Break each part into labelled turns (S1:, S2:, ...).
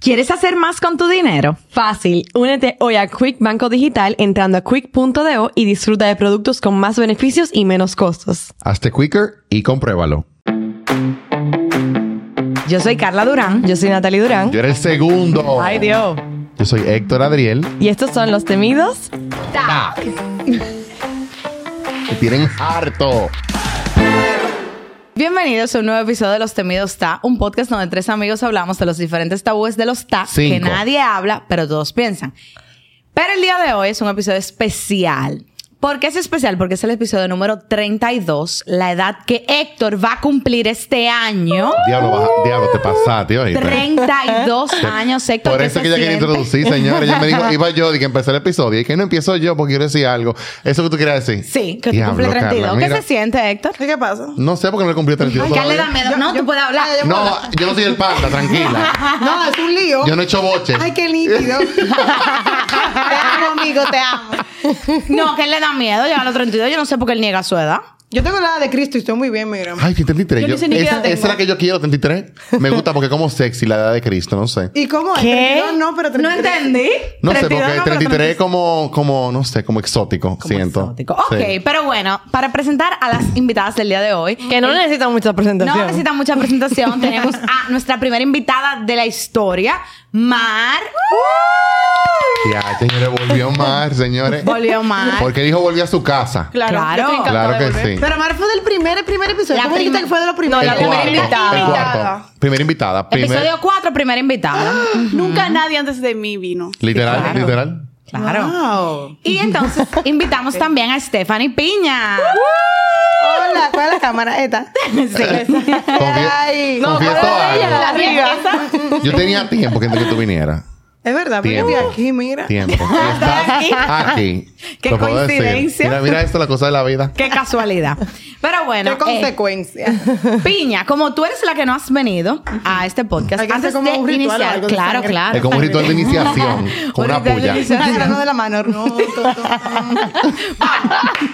S1: ¿Quieres hacer más con tu dinero?
S2: Fácil. Únete hoy a Quick Banco Digital entrando a quick.do y disfruta de productos con más beneficios y menos costos.
S3: Hazte quicker y compruébalo.
S1: Yo soy Carla Durán.
S2: Yo soy Natalie Durán.
S3: Yo era el segundo.
S2: Ay Dios.
S3: Yo soy Héctor Adriel.
S2: Y estos son los temidos.
S3: Me tienen harto.
S4: Bienvenidos a un nuevo episodio de Los Temidos Ta, un podcast donde tres amigos hablamos de los diferentes tabúes de los Ta
S3: Cinco.
S4: que nadie habla, pero todos piensan. Pero el día de hoy es un episodio especial. ¿Por qué es especial? Porque es el episodio número 32, la edad que Héctor va a cumplir este año.
S3: Diablo, baja- diablo, te pasaste hoy.
S4: 32 años, Héctor.
S3: Por
S4: ¿qué
S3: eso
S4: se
S3: que ella quiere
S4: siente?
S3: introducir, señora. Ella me dijo, iba yo, dije, empezó el episodio. Y que no empiezo yo porque quiero decir algo. Eso que tú querías decir.
S4: Sí, que
S3: Diablo,
S4: cumple
S3: Carla,
S4: 32. ¿Qué
S3: mira.
S4: se siente, Héctor?
S5: ¿Qué pasa?
S3: No sé porque no le cumplí 32
S4: Ay, Carla,
S3: todavía.
S4: dame dos. No, tú puedes hablar.
S2: Ah,
S3: No, yo no soy el panda, tranquila.
S5: No, es un lío.
S3: Yo no he hecho boche.
S5: Ay, qué líquido. te amo, amigo, te amo.
S4: No, que él le da miedo llegar a los 32. Yo no sé por qué él niega su edad.
S5: Yo tengo la edad de Cristo y estoy muy bien, mira.
S3: Ay, que 33.
S5: Yo ni
S3: Yo-
S5: sé ni qué
S3: esa,
S5: edad tengo.
S3: esa es la que yo quiero, 33. Me gusta porque como sexy la edad de Cristo, no sé.
S5: ¿Y cómo es? No, no, pero
S4: No
S5: 33.
S4: entendí.
S3: No sé,
S4: 32
S3: porque
S4: no, pero
S3: 33 es como, como, no sé, como exótico, siento.
S4: exótico. Ok,
S3: Sí.
S4: pero bueno, para presentar a las invitadas del día de hoy,
S2: Que no necesitan mucha presentación.
S4: no necesita mucha presentación, tenemos a nuestra primera invitada de la historia, Mar.
S3: Ya, señores, volvió Mar, señores.
S4: Volvió Mar.
S3: Porque dijo volvió a su casa.
S5: Claro,
S4: Claro.
S5: yo estoy encantada
S3: Claro que
S5: de volver.
S3: sí.
S5: Pero Mar fue del primer, primer episodio.
S4: La
S5: ¿Cómo dijiste
S4: prim-
S5: que fue de los primeros?
S2: No, la
S3: El
S2: primera
S3: cuarto,
S2: invitada.
S3: El cuarto. Primera invitada. primer-
S4: Episodio 4, primera invitada.
S6: Nunca nadie antes de mí vino.
S3: literal, literal.
S4: Claro.
S5: Wow.
S4: Y entonces invitamos también a Stephanie Piña.
S5: Hola, ¿cuál es la cámara? Esta.
S3: Confie-
S5: Ay. No,
S3: confieso
S5: para
S3: algo.
S5: ella, arriba.
S3: Yo tenía tiempo que, que tú vinieras.
S5: Es verdad, porque
S3: Tiempo.
S5: estoy aquí, mira.
S3: Tiempo. Y estás aquí.
S4: Qué
S3: Lo puedo decir.
S4: coincidencia.
S3: Mira, mira esto, la cosa de la vida.
S4: Qué casualidad. Pero bueno,
S5: Qué
S4: eh,
S5: consecuencia.
S4: Piña, como tú eres la que no has venido a este podcast,
S5: Hay que hacer
S4: antes
S5: como
S4: de
S5: un ritual o
S4: iniciar,
S5: algo de
S4: claro,
S5: sangre.
S4: claro.
S3: Es como un ritual de iniciación. Con una
S4: ritual de
S3: puya.
S4: iniciación.
S5: La mano de la mano. No, to, to, to.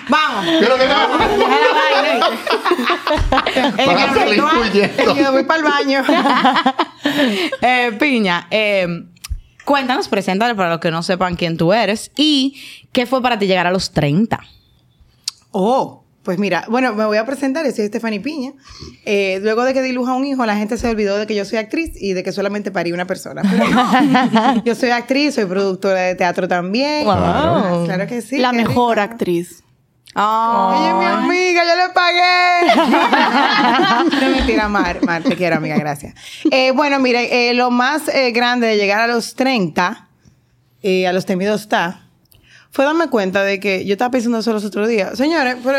S4: Vamos.
S3: Pero que no. Para salir huyendo.
S5: Yo voy para el baño.
S4: Eh, Piña, eh, cuéntanos, preséntale para los que no sepan quién tú eres y qué fue para ti llegar a los 30.
S5: Oh, pues mira, bueno, me voy a presentar, yo soy Stephanie Piña. Eh, luego de que diluja un hijo, la gente se olvidó de que yo soy actriz y de que solamente parí una persona. Pero no. yo soy actriz, soy productora de teatro también.
S3: Claro.
S5: Claro que sí.
S6: la
S5: qué
S6: mejor
S5: rico.
S6: actriz.
S5: Ella es mi amiga, yo le pagué. no mentira, Mar, Mar, te quiero, amiga, gracias. Eh, bueno, mire, eh, lo más eh, grande de llegar a los 30, eh, a los temidos está, fue darme cuenta de que yo estaba pensando eso los otros días. Señores, pero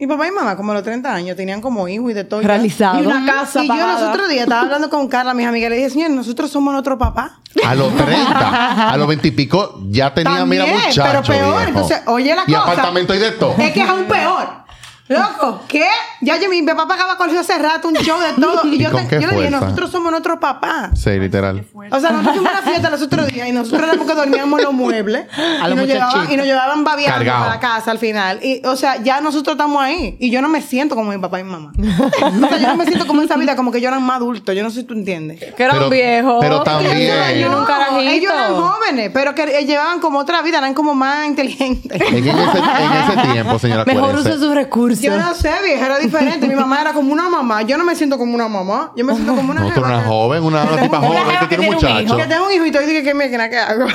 S5: mi papá y mamá, como a los 30 años, tenían como hijos y de todo. y tal.
S2: Realizado.
S5: Y una casa. Y yo los
S6: pagada.
S5: otros días estaba hablando con Carla, mis amigas, y le dije, señor, nosotros somos nuestro papá.
S3: A los 30, a los 20 y pico, ya tenía,
S5: También,
S3: mira, muchacho.
S5: pero peor,
S3: viejo.
S5: entonces, oye la
S3: Y
S5: cosa. Eh,
S3: apartamento y de todo.
S5: Es que es aún peor. Loco, ¿qué? Ya yo, mi papá pagaba colegio hace rato, un show de todo. Y
S3: ¿Y
S5: yo,
S3: con
S5: te-
S3: qué
S5: yo le dije,
S3: fuerza?
S5: nosotros somos nuestro papá.
S3: Sí, literal.
S5: O sea, nosotros fuimos a una fiesta los otros días y nosotros éramos que dormíamos los muebles.
S2: A
S5: y,
S2: los
S5: nos llevaban,
S2: muchachitos.
S5: y nos llevaban babiando
S3: Cargado.
S5: para la casa al final. Y, o sea, ya nosotros estamos ahí. Y yo no me siento como mi papá y mi mamá. o sea, yo no me siento como esa vida, como que yo eran más adultos. Yo no sé si tú entiendes.
S2: Que era
S3: Pero-
S2: un viejo.
S3: pero
S2: Que
S3: también-
S2: se bañó en un
S5: No, Ellos eran
S2: carajito.
S5: jóvenes, pero que eh, llevaban como otra vida, eran como más inteligentes.
S3: En, en ese, en ese tiempo, señora
S2: Mejor
S3: acuérdese.
S2: usa sus recursos.
S5: Yo no sé, vieja, era diferente. Mi mamá era como una mamá. Yo no me siento como una mamá. Yo me siento como una
S3: No, tú eres
S5: jeva
S3: una
S5: que-
S3: joven, una, una tipa joven
S4: jeva
S3: que
S4: que
S3: tiene un
S4: tiene un
S3: muchacho.
S5: Que tengo un hijo y estoy diciendo que mira, ¿qué hago?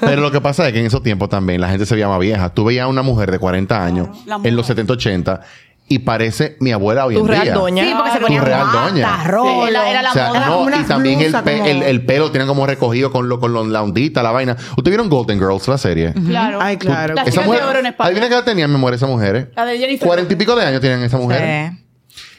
S3: Pero lo que pasa es que en esos tiempos también la gente se veía más vieja. Tú veías a una mujer de 40 años
S6: La mujer.
S3: en los 70, 80 y parece mi abuela hoy en
S2: Tu
S3: día.
S2: real doña.
S4: Sí, porque se
S3: Tu
S4: ponía
S3: real doña.
S4: bata, rola,
S6: Era- era la
S3: O sea,
S6: moda.
S3: no, y
S5: Unas
S3: también el,
S5: blusas
S3: pe-
S5: como-
S3: el, el pelo tienen como recogido con, lo, con lo- la ondita, la vaina. ¿Ustedes vieron Golden Girls, la serie?
S6: Claro.
S5: Ay, claro.
S6: Las
S3: Esa
S6: chicas
S3: mujer,
S6: de oro en España.
S3: adivina qué edad tenían, mi amor, esas mujeres.
S6: La de Jennifer
S3: eh. Cuarenta y pico de años tienen esas mujeres.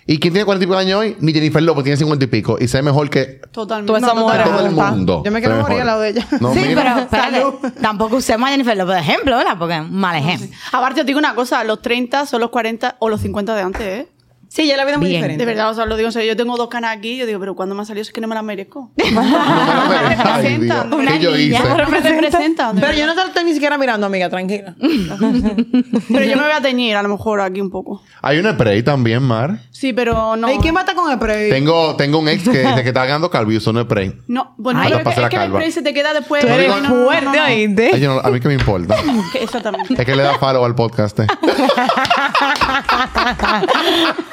S3: ¿Y quién tiene cuarenta y pico de años hoy? Ni Jennifer López tiene cincuenta y pico. Y se ve mejor que
S6: Totalmente.
S2: Tú esa
S5: No,
S2: mujer.
S5: total.
S3: todo el
S5: Opa.
S3: mundo.
S5: Yo me
S3: Se
S5: quiero
S3: ve
S5: morir
S3: mejor.
S5: al lado de ella.
S3: No,
S4: sí,
S3: mira.
S4: pero espérate, tampoco usemos a Jennifer López de ejemplo, ¿verdad? Porque es un mal ejemplo.
S6: Aparte, te digo una cosa. Los 30 son los 40 o los 50 de antes, ¿eh?
S5: Sí, ya la vida es muy
S4: Bien.
S5: diferente.
S6: De verdad, o sea, lo digo en serio. Yo tengo dos canas aquí. Yo digo, pero cuando me salió es que no me la merezco.
S3: Ay, Dios.
S6: Representando.
S3: ¿Qué yo hice?
S6: Pero me representa. de
S5: Pero yo
S6: verdad.
S5: no te lo estoy ni siquiera mirando, amiga, tranquila.
S6: Pero yo me voy a teñir, a lo mejor aquí un poco.
S3: Hay un spray también, Mar.
S6: Sí, pero no.
S5: ¿Y quién va a estar con el previo?
S3: Tengo, tengo un ex que dice que está ganando calvius uso no spray.
S6: No, bueno,
S3: Ay.
S6: pero
S3: Para pasar
S6: es,
S3: la
S6: que, es que el
S3: calva.
S6: spray se te queda después. ¿eh?
S3: Tú eres
S6: No, no, no, no, no, no.
S3: Ay, yo no- a mí que me importa.
S6: Que- Exactamente.
S3: Es que le da follow al podcast. eh.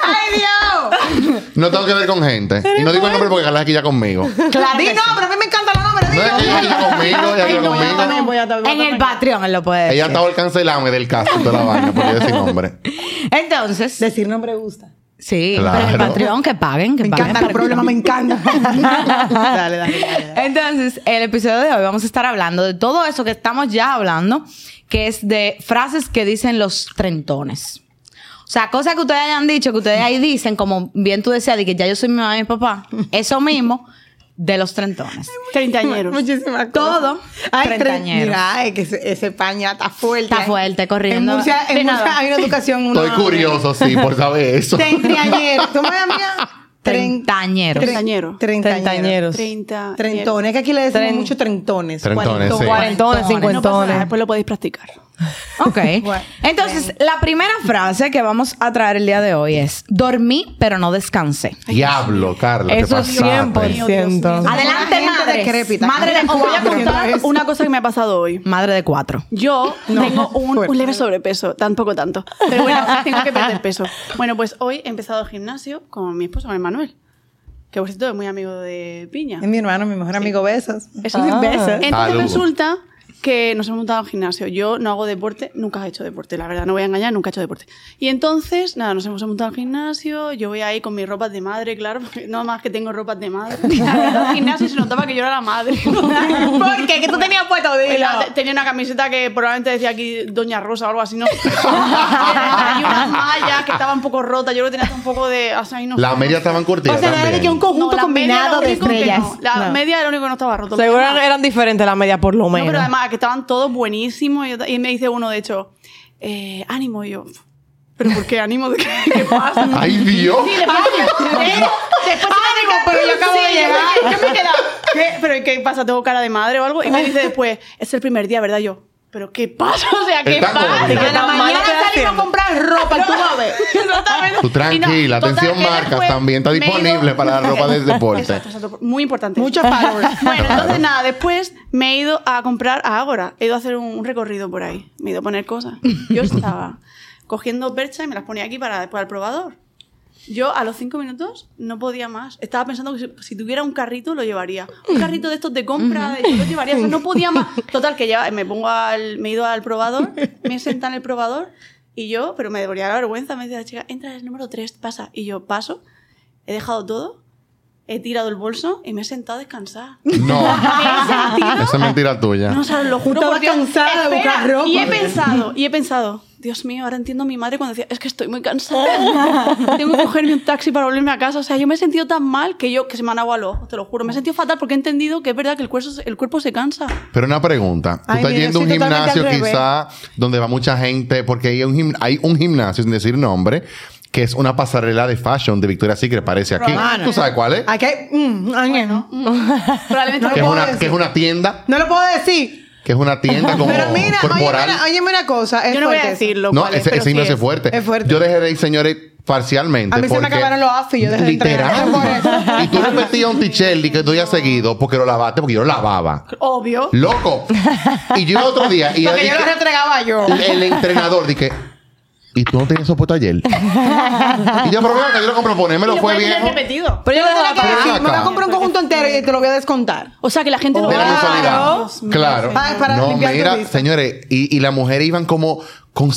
S5: ¡Ay, Dios!
S3: No tengo que ver con gente. Y no digo el nombre porque Carla es aquí ya conmigo.
S5: Claro. Di nombre, a mí me encantan los nombres. di
S3: No es que ella aquí
S5: nombre.
S3: ya conmigo, ella
S5: Ay,
S3: aquí
S5: no, yo
S3: conmigo.
S5: también voy a
S4: En el Patreon él lo puede decir.
S3: Ella ha estado el cancelame del caso y toda la vaina, por yo decir nombre.
S4: Entonces,
S5: Decir nombre gusta.
S4: sí,
S3: Claro.
S4: pero en el Patreon que paguen, que
S5: Me
S4: paguen.
S5: encantan los
S4: para-
S5: problemas, me encantan. dale, dale, dale. dale.
S4: Entonces, el episodio de hoy vamos a estar hablando de todo eso que estamos ya hablando, que es de frases que dicen los trentones. O sea, cosas que ustedes hayan dicho, que ustedes ahí dicen, como bien tú decías, de que ya yo soy mi mamá y mi papá. Eso mismo de los trentones.
S6: Treintañeros.
S5: Muchísimas cosas.
S4: Todo
S5: Ay, tre-
S4: treintañero.
S5: Mira, ay, que ese, ese paña está fuerte.
S4: Está
S5: ay.
S4: fuerte, corriendo.
S5: En Murcia, en
S6: De
S5: Murcia
S6: nada.
S5: hay una educación. Una,
S3: Estoy curioso, sí, por saber eso.
S5: Treintañero. ¿Tú me ves, amiga? Tren-
S4: Treintañero.
S5: tre-
S6: Treintañero.
S5: Treintañero.
S2: Treintañeros.
S6: Treinta.
S5: Trentones, que aquí le decimos
S2: Tren-
S5: mucho trentones.
S3: Trentones, sí.
S2: Cuarentones,
S6: No pasa pues nada,
S2: cincuentones.
S6: después lo podéis practicar.
S4: Ok. Entonces, la primera frase que vamos a traer el día de hoy es: Dormí, pero no descansé.
S3: Diablo, Carla, te
S2: Eso es
S3: pasaste.
S2: 100%.
S4: Adelante,
S5: Gente
S4: madres.
S5: decrépita.
S4: Madre de
S6: Os voy a
S4: cuatro.
S6: contar una cosa que me ha pasado hoy.
S4: Madre de cuatro.
S6: Yo tengo un, un leve sobrepeso, tampoco tanto. Pero bueno, tengo que perder peso. Bueno, pues hoy he empezado el gimnasio con mi esposo, con Manuel. Que por cierto es muy amigo de Piña.
S5: Es mi hermano, mi mejor amigo, besos.
S6: Eso
S2: Ah.
S6: Entonces
S3: Salud.
S6: resulta que nos hemos montado al gimnasio. Yo no hago deporte, nunca he hecho deporte, la verdad, no voy a engañar, nunca he hecho deporte. Y entonces, nada, nos hemos montado al gimnasio, yo voy ahí con mis ropas de madre, claro, porque no más que tengo ropas de madre. Al gimnasio se notaba que yo era la madre.
S5: ¿Por qué? ¿Qué tú tenías puesto? Dilo.
S6: Era- Tenía una camiseta que probablemente decía aquí Doña Rosa o algo así, ¿no? y unas mallas que estaban un poco rotas, yo lo tenía hasta un poco de... O sea, ahí no
S3: Las
S6: sé,
S3: medias estaban
S5: O
S3: curtidas
S5: sea, nada de que un
S3: también.
S5: conjunto
S6: No, la media
S5: combinado
S6: lo
S5: de
S6: único que
S5: estrellas.
S6: no. La media era lo único que no estaba roto.
S2: Seguro
S6: Además-
S2: eran diferentes las medias, por lo
S6: No, pero
S2: menos.
S6: además que estaban todos buenísimos. Y, yo- y me dice uno, de hecho, eh, ánimo. Y yo, ¿pero por qué ánimo? ¿Qué, qué pasa?
S3: Ay, Dios.
S6: Y después, ¿eh? Después se me queda-
S5: pero yo acabo de
S6: Sí, yo- Yo me quedaba, ¿qué? ¿Pero qué pasa? ¿Tengo cara de madre o algo? Y me dice después, es el primer día, ¿verdad? Y yo, ¿pero qué pasa? O sea, ¿qué
S3: Está
S6: pasa?
S3: gordo.
S5: A la mañana salimos a comprar ropa, y tú vas a ver.
S6: Exactamente.
S3: Tú
S6: Y
S3: tranquila,
S6: no, total,
S3: atención
S6: que
S3: marcas
S6: después
S3: también. Está
S6: me he ido-
S3: disponible para la ropa de deporte.
S6: Exacto, exacto, muy importante.
S5: Muchos followers.
S6: Bueno,
S3: Claro.
S6: entonces nada, después me he ido a comprar a Ágora. He ido a hacer un, un recorrido por ahí. Me he ido a poner cosas. Yo estaba cogiendo percha y me las ponía aquí para después al probador. Yo a los cinco minutos no podía más. Estaba pensando que si, si tuviera un carrito lo llevaría. Un carrito de estos de compra, de- yo lo llevaría. O sea, no podía más. Total, que ya me pongo al, me he ido al probador, me he sentado en el probador y yo, pero me devolvía la vergüenza. Me decía la chica, entra en el número 3, pasa. Y yo paso, he dejado todo, he tirado el bolso y me he sentado a descansar.
S3: No,
S6: Me he sentido
S3: esa es mentira tuya.
S6: no, sabes, lo juro
S5: Estaba
S6: por Dios.
S5: cansada de
S6: Espera,
S5: buscar ropa.
S6: Y he pensado, y he pensado, Dios mío, ahora entiendo a mi madre cuando decía, es que estoy muy cansada. Tengo que cogerme un taxi para volverme a casa. O sea, yo me he sentido tan mal que yo, que se me han aguado los ojos, te lo juro. Me he sentido fatal porque he entendido que es verdad que el cuerpo, se- el cuerpo se cansa.
S3: Pero una pregunta. Tú
S5: Ay,
S3: estás
S5: mira,
S3: yendo a un
S5: soy totalmente
S3: gimnasio
S5: al revés.
S3: quizá donde va mucha gente, porque hay un, gim- hay un gimnasio, sin decir nombre, que es una pasarela de fashion de Victoria's Secret, parece aquí.
S5: Romana.
S3: ¿Tú sabes cuál es?
S5: Aquí hay... mm, ángel, ¿no?
S6: Probablemente
S5: No
S3: Que es,
S5: puedo
S3: una,
S5: decir.
S3: que es una tienda,
S5: No lo puedo decir.
S3: que es una tienda como
S5: Pero mira, oye,
S3: corporal.
S5: mira, óyeme una cosa. Es
S6: yo no voy a
S5: fuerte eso.
S6: decirlo.
S3: no, ese, ese gimnasio es fuerte.
S5: es fuerte.
S3: Yo dejé de ir, señores, parcialmente.
S5: A mí se me
S3: porque-
S5: acabaron los outfits, yo dejé de
S3: Literal.
S5: entrenar. Por eso.
S3: y tú repetías un t-shirt y que tú ya seguido porque lo lavaste, porque yo lo lavaba.
S6: Obvio.
S3: Loco. Y yo el otro día. Y
S5: Porque
S3: dije-
S5: yo los entregaba yo.
S3: el entrenador dije y tú no tenías eso puesto ayer y yo pero venga, yo lo compro ponerme lo fue
S6: puedes
S3: bien
S6: tener repetido.
S5: Pero yo lo tenía que
S3: Pero
S5: decir.
S3: acá.
S5: Me voy a comprar un conjunto entero y te lo voy a descontar.
S6: O sea, que la gente lo
S3: de la
S5: Claro.
S3: mensualidad claro
S5: Ay, para
S3: no
S5: limpiar tu
S3: mira
S5: vista.
S3: señores y, y las mujeres iban como con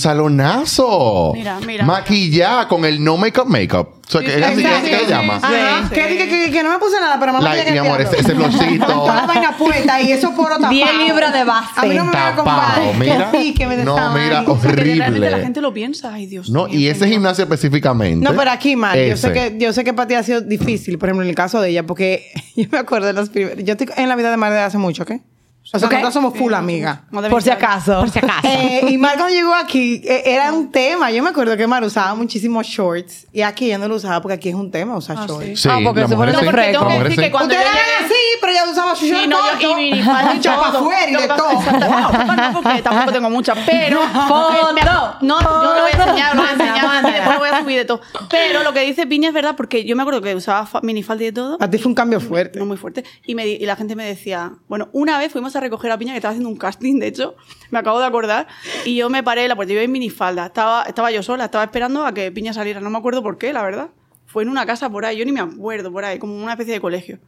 S3: salonazo
S6: Mira, mira,
S3: maquillada con el no makeup makeup o sea, que es así que
S5: exacto.
S3: que se llama
S5: Ajá.
S6: Sí.
S5: Que dije que, que no me puse nada, pero mamá
S3: La-
S5: tenía que
S3: mi amor ese,
S5: enviarlo.
S3: ese
S5: Con
S3: blogcito
S5: toda la vaina puesta y eso por otra
S4: 10 libras de
S5: A mí
S4: base.
S5: Ah, no me van a
S3: tapado
S5: comprar.
S3: mira
S5: Que sí, que me
S3: no
S5: destaban.
S3: mira
S6: O sea, que realmente la
S3: horrible
S6: gente lo piensa. Ay, Dios
S3: no
S6: mío,
S3: y ese
S6: señor.
S3: gimnasio específicamente
S5: No, pero aquí, Mar, yo sé
S3: ese.
S5: que yo sé que para ti ha sido difícil, por ejemplo, en el caso de ella, porque yo me acuerdo de los primeros. Yo estoy en la vida de Mar de hace mucho, ¿ok? O sea,
S4: Ok.
S5: nosotros somos full amiga.
S6: Madre
S5: Por si
S6: mía.
S5: acaso.
S4: Por si acaso.
S5: Eh, y Mar cuando llegó aquí, eh, era un tema. Yo me acuerdo que Mar usaba muchísimos shorts. Y aquí ella no lo usaba porque aquí es un tema usar shorts.
S3: Sí,
S4: Ah, porque
S3: las
S4: se fueron-
S3: mujeres sí.
S4: no, porque
S3: Las
S4: tengo que
S3: mujeres
S4: decir
S3: sí.
S4: que cuando
S5: Ustedes
S4: yo
S5: eran
S4: llegué-
S5: así, pero ella usaba su short
S6: Sí, no, yo,
S5: corto,
S6: y minifalda y
S5: chapa
S6: todo.
S5: afuera y
S6: Lo
S5: de
S6: que pasa-
S5: todo.
S6: Exacto. Chapas no, porque tampoco tengo muchas, pero...
S4: Foto.
S6: No, yo lo voy a enseñar, lo voy a enseñar,
S4: Mándala,
S6: después lo voy a subir de todo. Pero lo que dice Piña es verdad, porque yo me acuerdo que usaba fa- minifalda y de todo,
S5: A ti fue un cambio fuerte.
S6: no muy fuerte, y, me di- y la gente me decía, bueno, una vez fuimos a recoger a Piña, que estaba haciendo un casting, de hecho, me acabo de acordar, y yo me paré en la puerta, yo iba en minifalda, estaba, estaba yo sola, estaba esperando a que Piña saliera, no me acuerdo por qué, la verdad. Fue en una casa por ahí, yo ni me acuerdo por ahí, como una especie de colegio.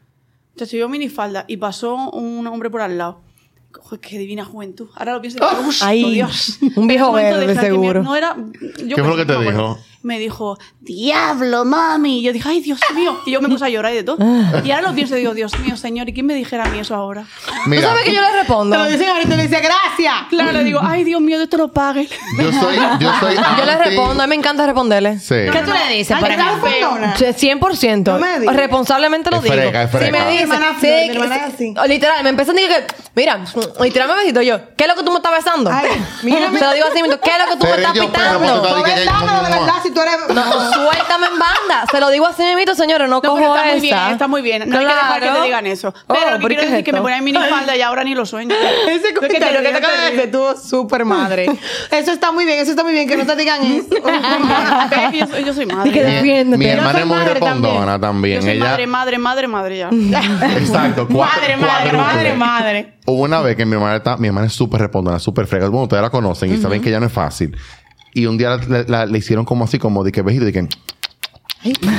S6: Entonces yo minifalda y pasó un hombre por al lado. Joder, qué divina juventud. Ahora lo pienso. y digo, "Ush,
S2: Ay,
S6: Dios.
S2: un viejo
S6: En ese momento
S2: verde,
S6: dije, "Ay, que
S2: seguro".
S6: mierda, no era, yo
S3: ¿Qué fue lo que te
S6: no me
S3: dijo?
S6: acuerdo. Me dijo, diablo, mami. Y yo dije, ay, Dios mío. Y yo me puse a llorar y de todo. Y ahora lo pienso y digo, Dios mío, señor, ¿y quién me dijera a mí eso ahora?
S2: ¿Tú
S3: Mira,
S2: sabes que yo le respondo?
S5: Te lo dicen ahorita y le dice gracias.
S6: Claro, le digo, ay, Dios mío, de esto lo pague.
S3: yo soy... Yo soy
S2: Yo le
S3: anti-
S2: respondo, a mí me encanta responderle.
S3: Sí.
S4: ¿Qué tú le dices?
S5: Ay,
S4: por
S5: ¿te sabes
S4: ejemplo?
S5: fondona?
S2: Sí, 100%.
S5: No me digas.
S2: Responsablemente lo
S3: Es
S2: digo.
S3: freca, es
S2: Si
S3: freca.
S2: me
S3: Mi
S2: dicen,
S5: hermana
S2: sí,
S5: Flor, mi hermana es
S2: sí,
S5: así.
S2: literal, me empiezan a decir que, mira, literal me besito yo, ¿qué es lo que tú me estás besando?
S5: Ay, mírame.
S2: Te lo digo así, mismo, ¿qué es lo que tú
S3: Pero
S2: me estás
S3: yo, pero,
S2: pitando?
S3: porque
S5: No,
S3: Ay, que-
S5: dámelo de verdad si tú eres...
S2: No, suéltame en banda. Se lo digo así mismito, señores, no,
S6: No,
S2: cojo
S6: pero está muy
S2: esa.
S6: bien, está muy bien. No hay que dejar que
S2: Claro.
S6: te digan eso.
S2: Oh,
S6: Pero lo que
S2: ¿por qué es
S6: quiero decir es que me
S2: esto?
S6: ponen minifalda y ahora ni lo sueño.
S5: Ese
S6: Lo que te-
S5: comentario
S6: lo que
S5: que
S6: te
S5: te
S6: acabo de decir.
S5: estuvo súper madre. Eso está muy bien, eso está muy bien, que no te digan eso.
S6: Ve, Yo soy- yo soy madre.
S2: que-
S3: Mi,
S2: defiéndete.
S3: mi
S2: Yo
S3: hermana
S5: soy
S3: es muy
S5: madre
S3: respondona también.
S6: Yo soy
S3: Ella,
S6: madre, madre, madre, madre ya.
S3: Exacto. cuatro-
S5: Madre, madre,
S3: cuádruple.
S5: madre, madre.
S3: Hubo una vez que mi hermana está, mi hermana es súper respondona, súper frega. Bueno, ustedes la conocen y saben que ella no es fácil. Y un día la- la- la- le hicieron como así, como de que besito, de que. Y yo,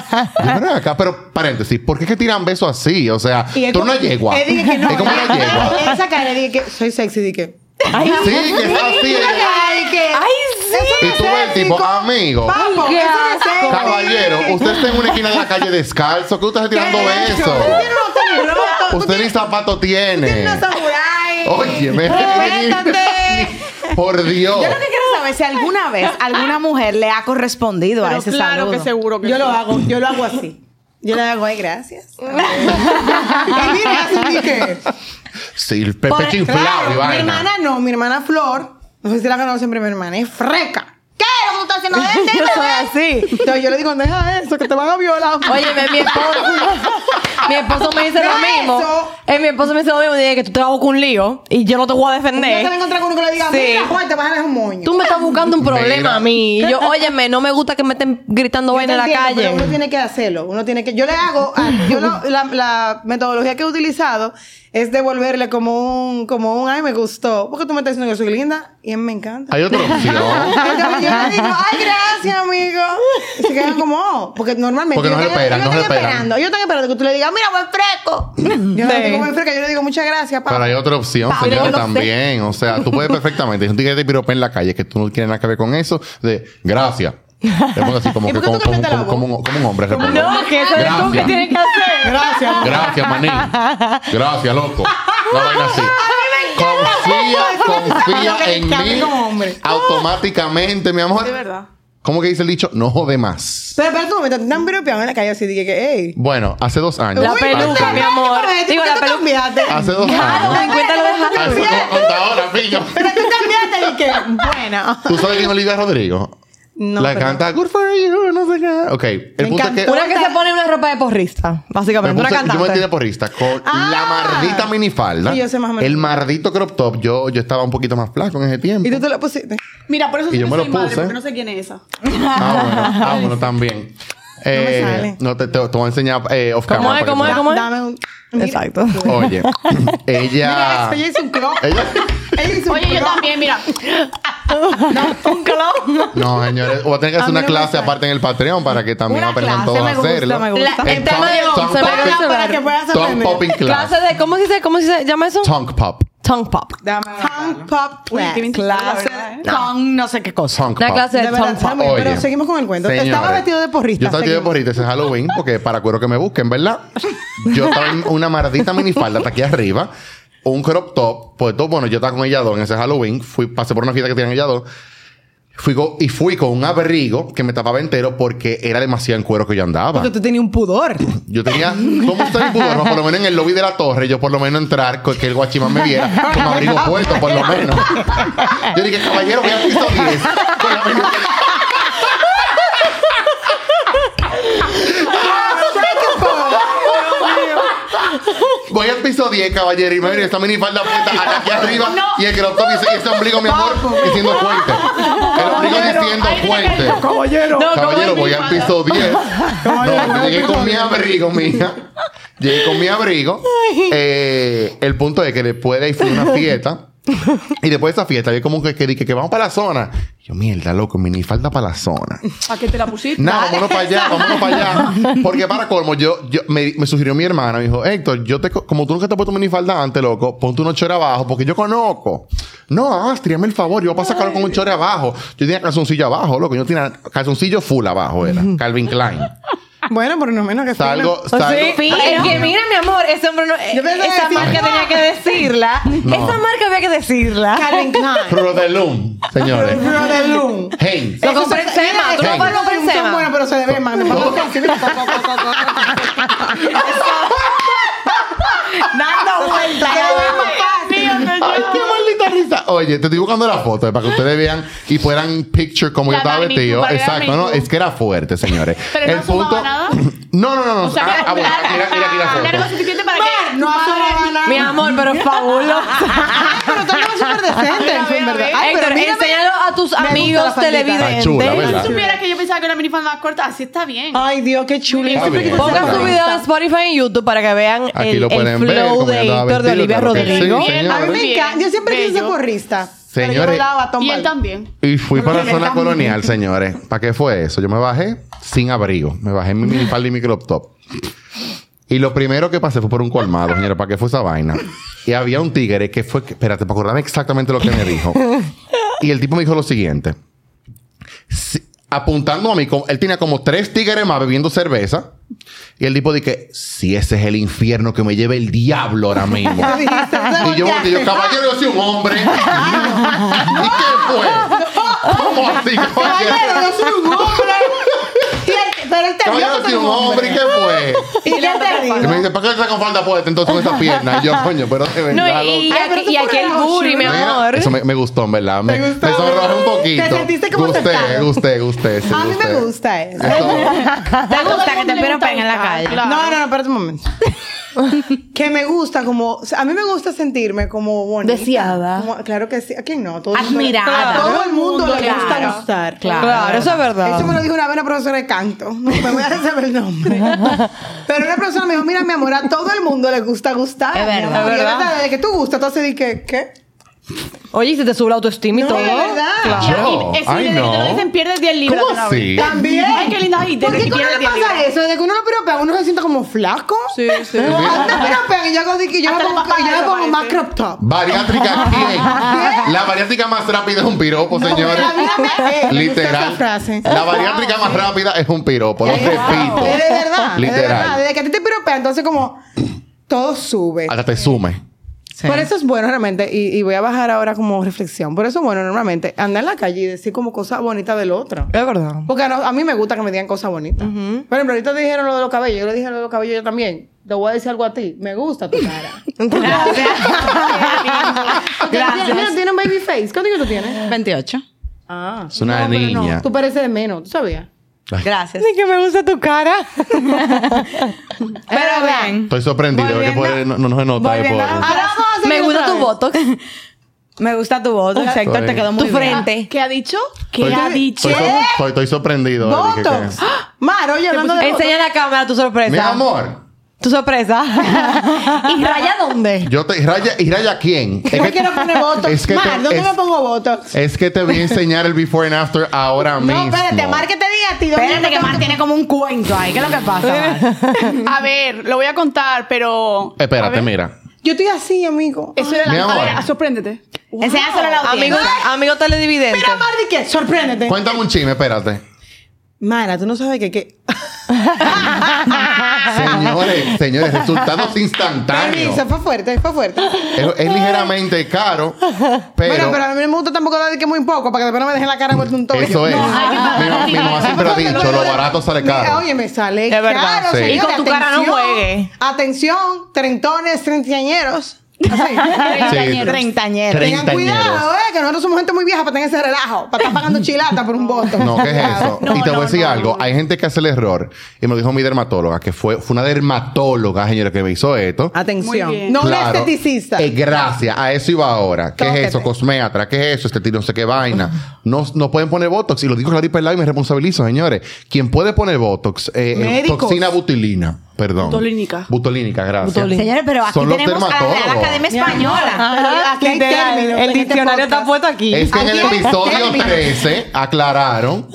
S3: "Ven acá, pero paréntesis, ¿por qué es que tiran besos así? O sea,
S5: Y él
S3: tú
S5: como-
S3: no yegua.
S5: Él dije que no.
S3: Es como una yegua.
S5: Esa cara, dije que soy sexy, dije.
S3: Sí, que está así. ella-
S5: Ay, que.
S2: Ay,
S3: Y tú ves el tipo, amigo,
S5: Vamos,
S2: Qué
S5: eso no es
S2: asco.
S5: sexy.
S3: caballero, usted está en una esquina de la calle descalzo. ¿Qué usted está tirando
S5: Qué hecho.
S3: besos?
S5: Usted tiene unos tenis rotos, tú
S3: Usted ni zapato tiene.
S5: tienes unos samuráis.
S3: Oye, me
S4: Cuéntate.
S3: Por Dios.
S4: Yo lo que quiero saber es si alguna vez alguna mujer le ha correspondido a
S6: Pero
S4: ese
S6: claro
S4: saludo.
S6: que seguro que
S5: Yo lo
S6: sí.
S5: hago, yo lo hago así. Yo le hago, ay, gracias. y mira, así dije.
S3: Sí, el pepe
S5: Claro,
S3: chinflado y
S5: mi
S3: vaina.
S5: hermana no, mi hermana Flor, no sé si la conocen, pero mi hermana es freca. ¿Qué? ¿Lo que tú estás haciendo? Vente,
S2: Yo soy
S5: vente.
S2: así.
S5: Entonces yo le digo, deja eso, que te van a violar.
S2: Oye, mi esposo, mi esposo me dice lo
S5: No es
S2: mismo.
S5: eso.
S2: Eh, mi esposo me dice lo mismo. Dice que tú te vas a buscar un lío y yo no te voy a
S5: no te
S2: defender.
S5: vas a encontrar con uno que le diga,
S2: Sí.
S5: mira, Juan, te vas a dejar un moño.
S2: Tú me estás buscando un
S3: Mira.
S2: problema a mí. Y yo, óyeme, no me gusta que me estén gritando
S5: Yo
S2: vaina en
S5: te
S2: la
S5: entiendo,
S2: calle.
S5: Pero uno tiene que hacerlo. Uno tiene que. Yo le hago. a- Yo lo- la, la metodología que he utilizado es devolverle como un, como un ay, me gustó. Porque tú me estás diciendo que soy linda y él me encanta.
S3: Hay otra opción.
S5: Entonces yo le digo, ay, gracias, amigo. Y se quedan como, oh, porque normalmente.
S3: Porque no
S5: ellos
S3: se esperan, no
S5: ellos
S3: se
S5: están
S3: esperan.
S5: esperando. Ellos están esperando que tú le digas, mira, buen fresco. Yo no le digo buen fresco, yo le digo muchas gracias, papá.
S3: Pero hay otra opción,
S2: Pablo,
S3: señor,
S2: yo lo sé.
S3: también. O sea, tú puedes perfectamente. Si un tigre te piropa en la calle, que tú no tienes nada que ver con eso, de gracias. Te pongo así como
S5: ¿Y
S3: que
S5: por qué
S3: como,
S5: tú
S3: como,
S5: cambiaste la
S3: como, como un, como un hombre responde.
S2: No, que eso es tú que
S3: Gracias.
S2: tienes que hacer.
S5: Gracias, amor.
S3: Gracias, manín. Gracias, loco. Una vaina así. Confía, confía
S5: Lo que
S3: en
S5: te hablé
S3: mí.
S5: como hombre.
S3: Automáticamente, mi amor.
S6: De verdad.
S3: ¿Cómo que dice el dicho? No jode más.
S5: Pero espera un momento, te están piropeando en la calle así, dije que, hey.
S3: Bueno, hace dos años.
S2: La peluca, mi amor.
S5: este?
S2: Digo, la peluca.
S3: Hace dos años.
S2: en cuenta lo dejaste.
S3: Así como contadora, piño.
S5: Pero tú cambiaste y que, este? bueno.
S3: ¿Tú sabes quién es Olivia Rodrigo?
S5: No,
S3: La
S5: pero-
S3: canta Good for you, no sé qué. Ok, el
S5: Me
S3: punto es que.
S5: encantó.
S2: Una que se pone una ropa de porrista,
S3: Me
S2: básicamente. Una
S3: puse- yo me tiré
S2: cantante.
S3: porrista con
S5: Ah.
S3: la mardita minifalda.
S5: Sí, yo sé más o menos.
S3: El mardito crop top. Yo, yo estaba un poquito más flaco en ese tiempo.
S5: Y tú te lo pusiste.
S6: Mira, por eso
S3: Y
S6: sí
S3: yo
S6: que
S3: me lo
S6: soy madre,
S3: puse.
S6: porque no sé quién es esa.
S3: Ah, bueno, ah, bueno también. Eh,
S5: sale.
S3: no te, te, te voy a enseñar eh, off
S2: ¿Cómo
S3: camera
S2: es?
S3: para
S2: ¿Cómo
S3: que
S2: es?
S3: tú-
S2: ¿Cómo es?
S5: Dame un. Mira.
S2: Exacto.
S3: Oye, ella.
S5: Mira, ella hizo un crop.
S3: ella-
S5: Ella hizo un
S6: Oye, yo
S5: crop.
S6: también, mira.
S2: Un colón.
S3: No, señores, voy a tener que hacer
S5: mí no
S3: una
S5: me
S3: clase
S5: sale.
S3: aparte en el Patreon para que también
S5: Una
S3: aprendan
S5: clase,
S3: todos a
S5: me gusta,
S3: hacerlo.
S5: me gusta.
S2: La- el tema de hoy se me
S3: tongue
S5: Para,
S3: popping-
S5: para que puedas
S3: tongue
S5: aprender.
S3: popping class.
S2: Clase de, ¿cómo se dice? ¿Cómo se dice- llama eso?
S3: Tongue pop.
S2: Tongue pop.
S5: Dame Tongue pop
S6: Uy, qué
S5: class.
S6: mentira, la verdad, ¿eh?
S4: Con no sé qué cosa.
S3: Tongue
S2: Una
S3: pop.
S2: clase
S5: De
S2: de
S5: verdad,
S2: tongue pop.
S5: está muy bien, pero seguimos con el cuento. Estaba
S3: Señores,
S5: vestido de porrista.
S3: Yo estaba vestido de
S5: seguimos.
S3: porrista en Halloween, porque para cuero que me busquen, ¿verdad? Yo estaba en una mardita minifalda hasta aquí arriba, un crop top, pues todo, bueno, yo estaba con ella dos en ese Halloween, fui, pasé por una fiesta que tenían ella dos. Fui co- y fui con un abrigo que me tapaba entero porque era demasiado en cuero que yo andaba.
S5: Porque tú tenías un pudor.
S3: Yo tenía, ¿cómo usted pudo? No, por lo menos en el lobby de la torre, yo por lo menos entrar, con que el guachimán me viera, con abrigo puesto, por lo menos. Yo dije, caballero, voy al piso 10. Por lo menos. Voy al piso 10, caballero, y me viene esta minifalda puesta hasta aquí arriba y el crop top y ese, y ese ombligo, mi amor, diciendo fuente. El ombligo diciendo fuente.
S7: Caballero.
S3: Caballero, voy al piso 10. No, llegué con mi abrigo, mija. Llegué con mi abrigo. Eh, el punto es que después de ahí fue una fiesta. Y después de esa fiesta, yo como que, que dije que vamos para la zona. Yo, mierda, loco, mini falta para la zona.
S6: ¿A qué te la pusiste?
S3: Nada, vámonos para allá, vámonos para allá. Porque para colmo, yo, yo me, me sugirió mi hermana, me dijo, Héctor, yo te, co- como tú nunca te has puesto minifalda antes, loco, ponte unos chores abajo, porque yo conozco. No, Astrid, hazme el favor, yo voy a sacarlo con un chore abajo. Yo tenía calzoncillo abajo, loco, yo tenía calzoncillo full abajo, era Calvin Klein.
S5: Bueno, por lo menos que
S3: Salgo,
S5: fina.
S3: salgo.
S1: Fino.
S2: Es que mira, mi amor, ese hombre no-
S5: Yo pensé
S2: esa
S5: decir-
S2: marca tenía que decirla.
S3: No.
S2: Esa marca había que decirla.
S5: Calvin Klein.
S3: Prodelum, señores.
S5: Bro de Loom.
S3: Haynes.
S2: Lo compré en Sema. Tú
S3: Venga.
S2: no puedes comprar en
S5: Son buenos,
S2: Sema.
S5: pero se le ve más.
S1: Dando vueltas.
S3: Ay, qué maldita risa. Oye, te estoy buscando la foto eh, para que ustedes vean y fueran picture como
S6: La
S3: yo estaba
S6: magnitud,
S3: vestido.
S6: para que vean
S3: Exacto, ¿no?
S6: magnitud.
S3: Es que era fuerte, señores.
S6: Pero no sumaba nada.
S3: No, no, no, no.
S6: O sea,
S3: Ah, ah, bueno, mira, mira aquí la
S6: Era lo
S3: foto.
S6: suficiente para que.
S5: No asomaba nada.
S2: Mi amor, pero es fabuloso.
S5: Ah, pero tú andas súper decente, en verdad. Ay,
S2: Héctor,
S5: pero mírame.
S2: enséñalo a tus
S5: gusta la
S2: amigos
S5: faldita.
S3: Está Ah, chula,
S2: televidentes.
S3: ¿verdad?
S6: Si supieras que yo pensaba que una minifalda más corta, así está bien.
S5: Ay, Dios, qué chulo.
S3: Está
S5: Siempre
S3: bien.
S5: quise
S3: Ponga
S5: ser
S2: Pongan
S3: Claro.
S2: su video en Spotify y en YouTube para que vean
S3: Aquí
S2: el,
S3: lo
S2: el
S3: pueden ver,
S2: flow de
S3: comiendo
S2: Héctor de
S3: vestido,
S2: Olivia
S3: claro que
S2: Rodrigo.
S3: sí,
S5: A mí
S3: señores.
S5: me encanta. Yo siempre quise ser
S6: Bello.
S5: porrista. Pero yo
S3: Señores.
S5: volaba a
S6: Y
S5: tomar.
S6: él también.
S3: Y fui para la
S5: Porque me
S3: zona
S5: está-
S3: colonial, señores. ¿Para qué fue eso? Yo me bajé sin abrigo. Me bajé en mi minifalda y mi crop top. Y lo primero que pasé fue por un colmado, señores. ¿Para qué fue esa vaina? Y había un tigre que fue... que- Espérate, para acordarme exactamente lo que me dijo. Y el tipo me dijo lo siguiente. Si- apuntando a mí, como- él tenía como tres tigres más bebiendo cerveza. Y el tipo dije, si ese es el infierno que me lleve el diablo ahora mismo.
S5: Te dijiste, te
S3: Y yo,
S5: volteaste.
S3: volteé, yo, caballero, yo soy un hombre. ¿Y qué fue? ¿Cómo así,
S5: Caballero,
S3: caballero?
S5: yo soy un hombre. Y él- Pero él te vio
S3: Caballero, yo
S5: que
S3: soy
S5: soy
S3: un hombre. ¿Y qué fue?
S5: ¿Y qué te dijo?
S3: Y me dice, ¿para qué está con falda puesta entonces con esa pierna? Y yo, coño, pero te
S2: No,
S3: vendrá
S2: y, y,
S5: Ay, pero
S2: aquí-
S5: tú
S2: y aquí el
S5: fueras
S2: booty, mi
S5: chulo.
S3: Mira,
S2: amor.
S3: Eso me, me gustó, en verdad. Me,
S5: ¿Te gustó?
S3: me sonrojé un poquito.
S5: Te sentiste como
S3: Gusté,
S5: tentado.
S3: gusté, gusté. sí,
S5: A mí me
S3: gusté.
S5: gusta eso.
S3: Entonces,
S1: Te gusta que te piropen en la calle.
S6: Claro.
S5: No, no, no, espérate un momento. que me gusta como... o sea, a mí me gusta sentirme como bonita.
S4: Deseada.
S5: Como- claro que sí. ¿A quién no? A todo el mundo-
S4: Admirada.
S5: A todo el mundo le gusta
S4: Claro.
S5: gustar.
S4: Claro.
S2: Claro, eso es verdad.
S5: Eso me lo dijo una vez una profesora de canto. No me voy a saber el nombre. Pero una profesora me dijo, mira, mi amor, a todo el mundo le gusta gustar.
S4: Es verdad.
S5: mi amor".
S2: Es
S5: Y
S2: verdad.
S5: Desde que tú gustas, entonces dije, ¿qué?
S2: Oye, y se te sube la autoestima y
S5: No,
S2: todo.
S5: es verdad.
S3: yo,
S6: Eso
S3: ay,
S6: de que te lo
S3: no.
S6: dicen, pierdes 10 libras.
S3: ¿Cómo
S6: de una
S3: así?
S6: vez.
S5: También.
S6: Ay, qué linda gente.
S5: ¿Por qué
S6: que
S5: cuando
S6: pierde
S5: le
S6: 10
S5: pasa
S6: libras.
S5: eso? De que uno lo piropea, uno se siente como flaco.
S2: Sí, sí.
S5: No, a mí me piropean y yo hago de que yo me
S6: Hasta
S5: pongo,
S6: los papás
S5: yo me
S6: les
S5: pongo más
S6: parece.
S5: crop top.
S3: Bariátrica, ¿quién? La bariátrica más rápida es un piropo, señores.
S5: Eh, me gusta esa
S3: Literal.
S5: frase.
S3: La variátrica más rápida es un piropo, lo repito.
S5: Es de verdad. Es de verdad.
S3: Literal.
S5: Desde que a ti te piropean, entonces como todo sube.
S3: Hasta te sume.
S5: Por eso es bueno realmente, y, y voy a bajar ahora como reflexión, por eso es bueno normalmente andar en la calle y decir como cosas bonitas del otro.
S2: Es verdad.
S5: Porque no- a mí me gusta que me digan cosas bonitas. Por ejemplo, ahorita te dijeron lo de los cabellos, yo le dije lo de los cabellos yo también. Te voy a decir algo a ti, me gusta tu cara. Porque Mira, mira, tiene un baby face. ¿Cuánto que tú tienes?
S4: 28.
S5: Ah.
S3: Es una niña.
S5: Tú pareces de menos, ¿tú sabías?
S4: Gracias.
S2: Ni que me gusta tu cara.
S4: Pero vean,
S3: Estoy sorprendido de que por- no, no se nota. eh, por-
S5: Ahora vamos a seguir
S2: me gusta
S5: otra
S2: tu
S5: vez.
S2: botox.
S4: me gusta tu voz. Héctor, te quedó muy
S2: Tu
S4: bien.
S2: frente.
S6: ¿Qué ha dicho?
S3: Estoy-
S6: ¿Qué ha dicho?
S3: Estoy, estoy- estoy sorprendido. eh, dije que-
S5: Botox. ¡Ah! Mar, oye, hablando de botox.
S2: Enseña a la cámara tu sorpresa.
S3: Mi amor,
S2: Tu sorpresa. ¿Y raya dónde?
S3: yo te. ¿Y raya, y raya quién? Es
S5: Yo me
S3: que-
S5: quiero poner botox.
S3: es que te-
S5: Mar, ¿dónde
S3: es-
S5: me pongo botox?
S3: Es que te voy a enseñar el before and after ahora mismo.
S5: No, espérate, Mar, que te diga a ti. ¿dónde
S4: Espérate
S5: me
S4: que
S5: tengo
S4: Mar tiene como un cuento ahí. ¿Qué es lo que pasa, Mar?
S6: A ver, lo voy a contar, pero. a
S3: Espérate,
S6: ver.
S3: mira.
S5: Yo estoy así, amigo.
S6: Eso era
S3: Mi
S6: la. A
S3: amor.
S6: ver, sorpréndete.
S4: Enséñaselo a la
S2: Amigo,
S4: audiencia.
S5: Ah,
S2: amigo televidente.
S5: Mira, Mar, ¿de qué? Sorpréndete.
S3: Cuéntame un chisme, espérate.
S5: Mara, tú no sabes que... que...
S3: señores, señores, resultados instantáneos.
S5: Permiso, fue fuerte, fue fuerte.
S3: Es, es ligeramente caro,
S5: bueno,
S3: pero,
S5: pero a mí no me gusta tampoco dar de que muy poco para que después no me dejen la cara vuelta un toque.
S3: eso es. mi, mi mamá siempre ha dicho, lo barato sale caro.
S5: Oye, me sale
S1: Es verdad.
S5: caro,
S3: Sí.
S5: señores,
S1: Y con tu cara no
S5: atención.
S1: juegue.
S5: Atención, trentones, treintañeros. Así.
S3: Sí.
S1: Treintañero.
S5: Tengan cuidado, eh, que nosotros somos gente muy vieja para tener ese relajo, para estar pagando chilata por un voto.
S3: No, ¿qué es eso?
S1: No,
S3: y te voy
S1: no,
S3: a decir
S1: no,
S3: algo. Hay gente que hace el error. Y me lo dijo mi dermatóloga, que fue, fue una dermatóloga, señora, que me hizo esto.
S5: Atención.
S6: Muy bien.
S5: Ah, No un
S3: Claro.
S5: esteticista.
S3: Eh, gracias. A eso iba ahora. ¿Qué
S5: Tóquete.
S3: es eso? Cosméatra. ¿Qué es eso? Este tío no sé qué vaina. No, no pueden poner Botox. Y lo digo clarito y pelado y me responsabilizo, señores. Quien puede poner Botox? Eh, eh,
S5: Médicos.
S3: toxina butulina. Perdón.
S6: Butolínica.
S3: Butolínica, gracias.
S4: Señores, pero aquí
S3: Son los
S4: tenemos a la Real
S3: dermatólogos.
S4: Academia Española.
S5: Aquí hay
S1: Literal,
S5: términos en
S1: el
S5: este
S1: diccionario
S5: podcast.
S1: está puesto aquí.
S3: Es que en el
S5: Aquí hay
S3: episodio
S5: términos.
S3: 13 aclararon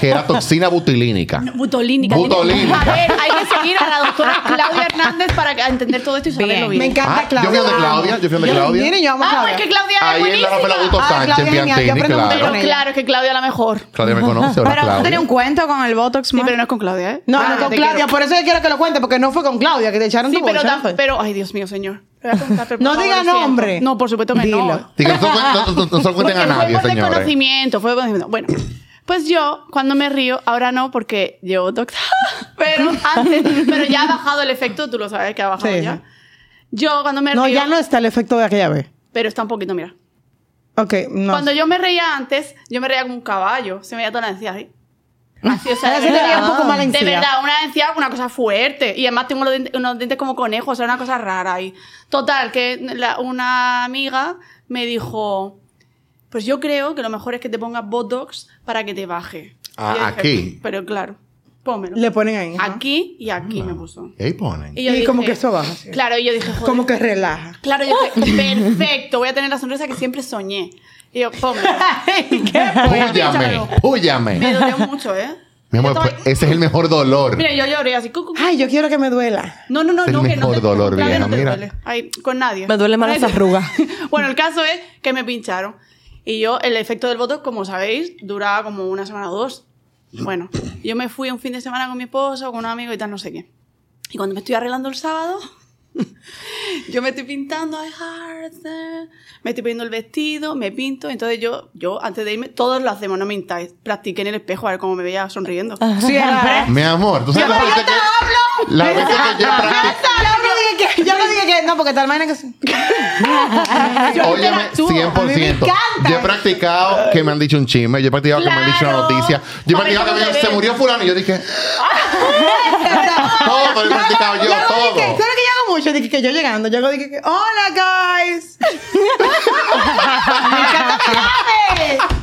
S3: que era toxina butulínica.
S6: Butolínica.
S3: Butolínica.
S6: A ver, hay que seguir a la doctora Claudia Hernández para que- a entender todo esto y saberlo bien.
S5: Me encanta
S3: Ah,
S5: Claudia.
S3: yo fui donde Claudia, yo fui donde Claudia.
S5: Miren, yo amo a
S6: Ah,
S5: Claudia.
S6: pues que Claudia es
S3: Ahí en la
S6: buenísima.
S3: Rafael Augusto
S5: Ah,
S3: Sánchez, en
S5: Claudia es genial. Yo
S3: Piantini,
S5: aprendo un
S3: claro.
S5: montón.
S6: Pero claro, es que Claudia es la mejor. Sí,
S3: Claudia me conoce, ahora
S4: Pero tú
S3: Claudia.
S4: tenías un cuento con el Botox, Mar.
S6: pero no es con Claudia, ¿eh?
S5: No, no
S6: Ah,
S5: con
S6: te
S5: Claudia,
S6: quiero.
S5: por eso yo quiero que lo cuente, porque no fue con Claudia que te echaron
S6: Sí,
S5: tu
S6: pero,
S5: bolsa,
S6: tan-
S5: ¿no fue?
S6: pero, ay Dios mío, señor. Voy a contar, pero por
S5: No
S6: favor,
S5: diga
S6: lo siento.
S5: nombre.
S6: No, por supuesto que
S5: Dilo.
S6: no.
S3: Diga, no, no, no, no se lo cuenten a
S6: Porque
S3: nadie,
S6: fue por
S3: señores.
S6: desconocimiento, fue por desconocimiento. Bueno, pues yo cuando me río, ahora no porque llevo doctor, pero antes, pero ya ha bajado el efecto, tú lo sabes que ha bajado
S5: Sí.
S6: ya. Yo cuando me
S5: No,
S6: río,
S5: ya no está el efecto de aquella vez.
S6: pero está un poquito, mira.
S5: Ok, no.
S6: Cuando yo me reía antes, yo me reía como un caballo, se me veía toda la encía así. Así, o sea,
S5: Ahora se
S6: de
S5: te veía
S6: verdad,
S5: un poco más la encía.
S6: de verdad, una encía, una cosa fuerte. Y además tengo los dientes- unos dientes como conejos, o sea, una cosa rara ahí. Total, que la- una amiga me dijo, pues yo creo que lo mejor es que te pongas Botox para que te baje.
S3: Ah,
S6: Y yo dije,
S3: aquí.
S6: Pero claro, pómelo.
S5: Le ponen ahí. ajá.
S6: Aquí y aquí
S3: Ah.
S6: me puso.
S3: Ahí ponen.
S5: Y como que eso baja, sí.
S6: Claro, y yo dije, joder.
S5: Como que relaja.
S6: Claro, yo dije, perfecto, voy a tener la sonrisa que siempre soñé. Y yo, pómelo. pues,
S3: Púllame,
S6: Escúchalo. Me
S3: púllame.
S6: dolió mucho, ¿eh?
S3: Mi amor,
S6: Yo
S3: pues,
S6: estaba-
S3: ese es el mejor dolor.
S6: Mira, yo lloré así. cu, cu, cu.
S5: Ay, yo quiero que me duela.
S6: No, no, no,
S3: Es el
S6: no, que no.
S3: mejor
S6: te-
S3: dolor,
S6: Claudia,
S3: vieja,
S6: no te
S3: mira.
S6: duele. Ay, con nadie.
S2: Me duelen más
S6: Nadie
S2: las
S6: te-
S2: arrugas.
S6: bueno, el caso es que me pincharon. Y yo, el efecto del voto, como sabéis, duraba como una semana o dos. Bueno, yo me fui un fin de semana con mi esposo, con un amigo y tal, no sé qué. Y cuando me estoy arreglando el sábado, yo me estoy pintando, I heart, eh, me estoy poniendo el vestido, me pinto. Entonces yo, yo antes de irme, todos lo hacemos, no mintáis. Practiqué en el espejo a ver cómo me veía sonriendo.
S5: Siempre.
S3: Mi amor, tú sabes la gente que. La gente que yo practico.
S5: Yo no dije que, yo no dije que, no, porque tal manera que sí.
S3: Óyeme, 100%. Yo he practicado que me han dicho un chisme, yo he practicado que me han dicho una
S6: Claro.
S3: noticia. Yo he
S6: Para
S3: practicado que me
S6: que no te
S3: dijeron, se
S6: vean.
S3: murió fulano y yo dije, todo lo he practicado yo,
S5: Dije, ¿Sabes
S3: todo.
S5: lo que yo hago mucho? Dije que yo llegando, yo hago dije que, hola guys.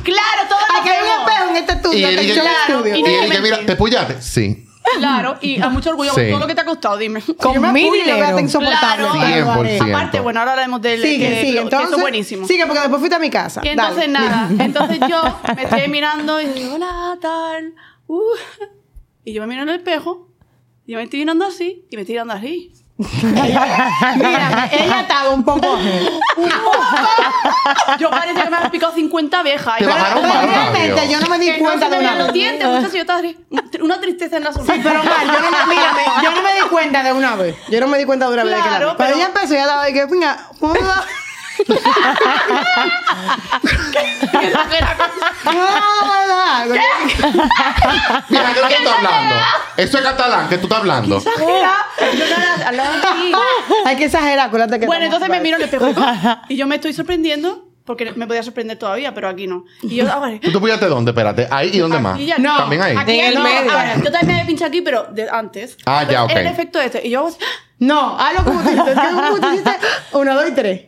S6: Claro, todo
S5: Aquí hay un espejo en este
S3: Y
S5: estudio,
S3: él
S5: en
S3: dije,
S5: el estudio.
S3: y él dije, mira, ¿te pullaste? Sí.
S6: Claro, y a mucho orgullo
S3: Sí.
S6: con todo lo que te ha costado, dime.
S5: Yo me mi fui, yo dinero. era insoportable.
S6: Claro.
S5: pero lo haré.
S3: 100%.
S6: Aparte, bueno, ahora hablaremos del
S5: Sigue,
S6: que,
S5: sigue.
S6: lo- que
S5: Entonces,
S6: eso es buenísimo.
S5: Sigue, porque después fuiste a mi casa.
S6: Y entonces
S5: Dale.
S6: nada, entonces yo me estoy ahí mirando y digo, hola, tal. uh". Y yo me miro en el espejo, y yo me estoy mirando así, y me estoy mirando así.
S5: Mira, ella estaba un poco.
S6: Yo parece que me han picado 50 abejas.
S3: Te
S6: Y
S3: bajaron
S5: Pero
S3: mal,
S5: realmente
S3: Mario.
S5: yo no me
S6: que
S5: di
S6: no
S5: cuenta
S6: se me
S5: de
S6: vean
S5: una
S6: los
S5: vez.
S6: dientes, muchas, y yo estaba así, una tristeza en la sonrisa.
S5: Pero mal, yo no, me, mira, me- yo no me di cuenta de una vez. Yo no me di cuenta de una vez. de que la
S6: Claro,
S5: vi. pero
S6: pero-
S5: ella empezó y ella estaba de que, venga, joda. joda.
S3: Mira, ¿de qué tú estás hablando? Eso es catalán, ¿qué tú estás hablando?
S6: Yo nada, al lado de ti.
S5: Hay que exagerar, acuérdate que.
S6: Bueno,
S5: estamos-
S6: entonces me miro en el espejo y yo me estoy sorprendiendo porque me podía sorprender todavía, pero aquí no. Y yo, ah, vale.
S3: ¿Tú te pullaste dónde? Espérate, ahí y dónde más.
S6: Aquí ya-
S3: También ahí.
S6: Aquí
S2: En el
S6: no,
S2: medio.
S6: ahora, yo también me pinché aquí, pero de antes.
S3: Ah, ya,
S6: Entonces,
S3: ok.
S6: El efecto este. Y yo, hago así,
S5: No, hazlo como tú hiciste. Como tú hiciste. Uno, dos y tres.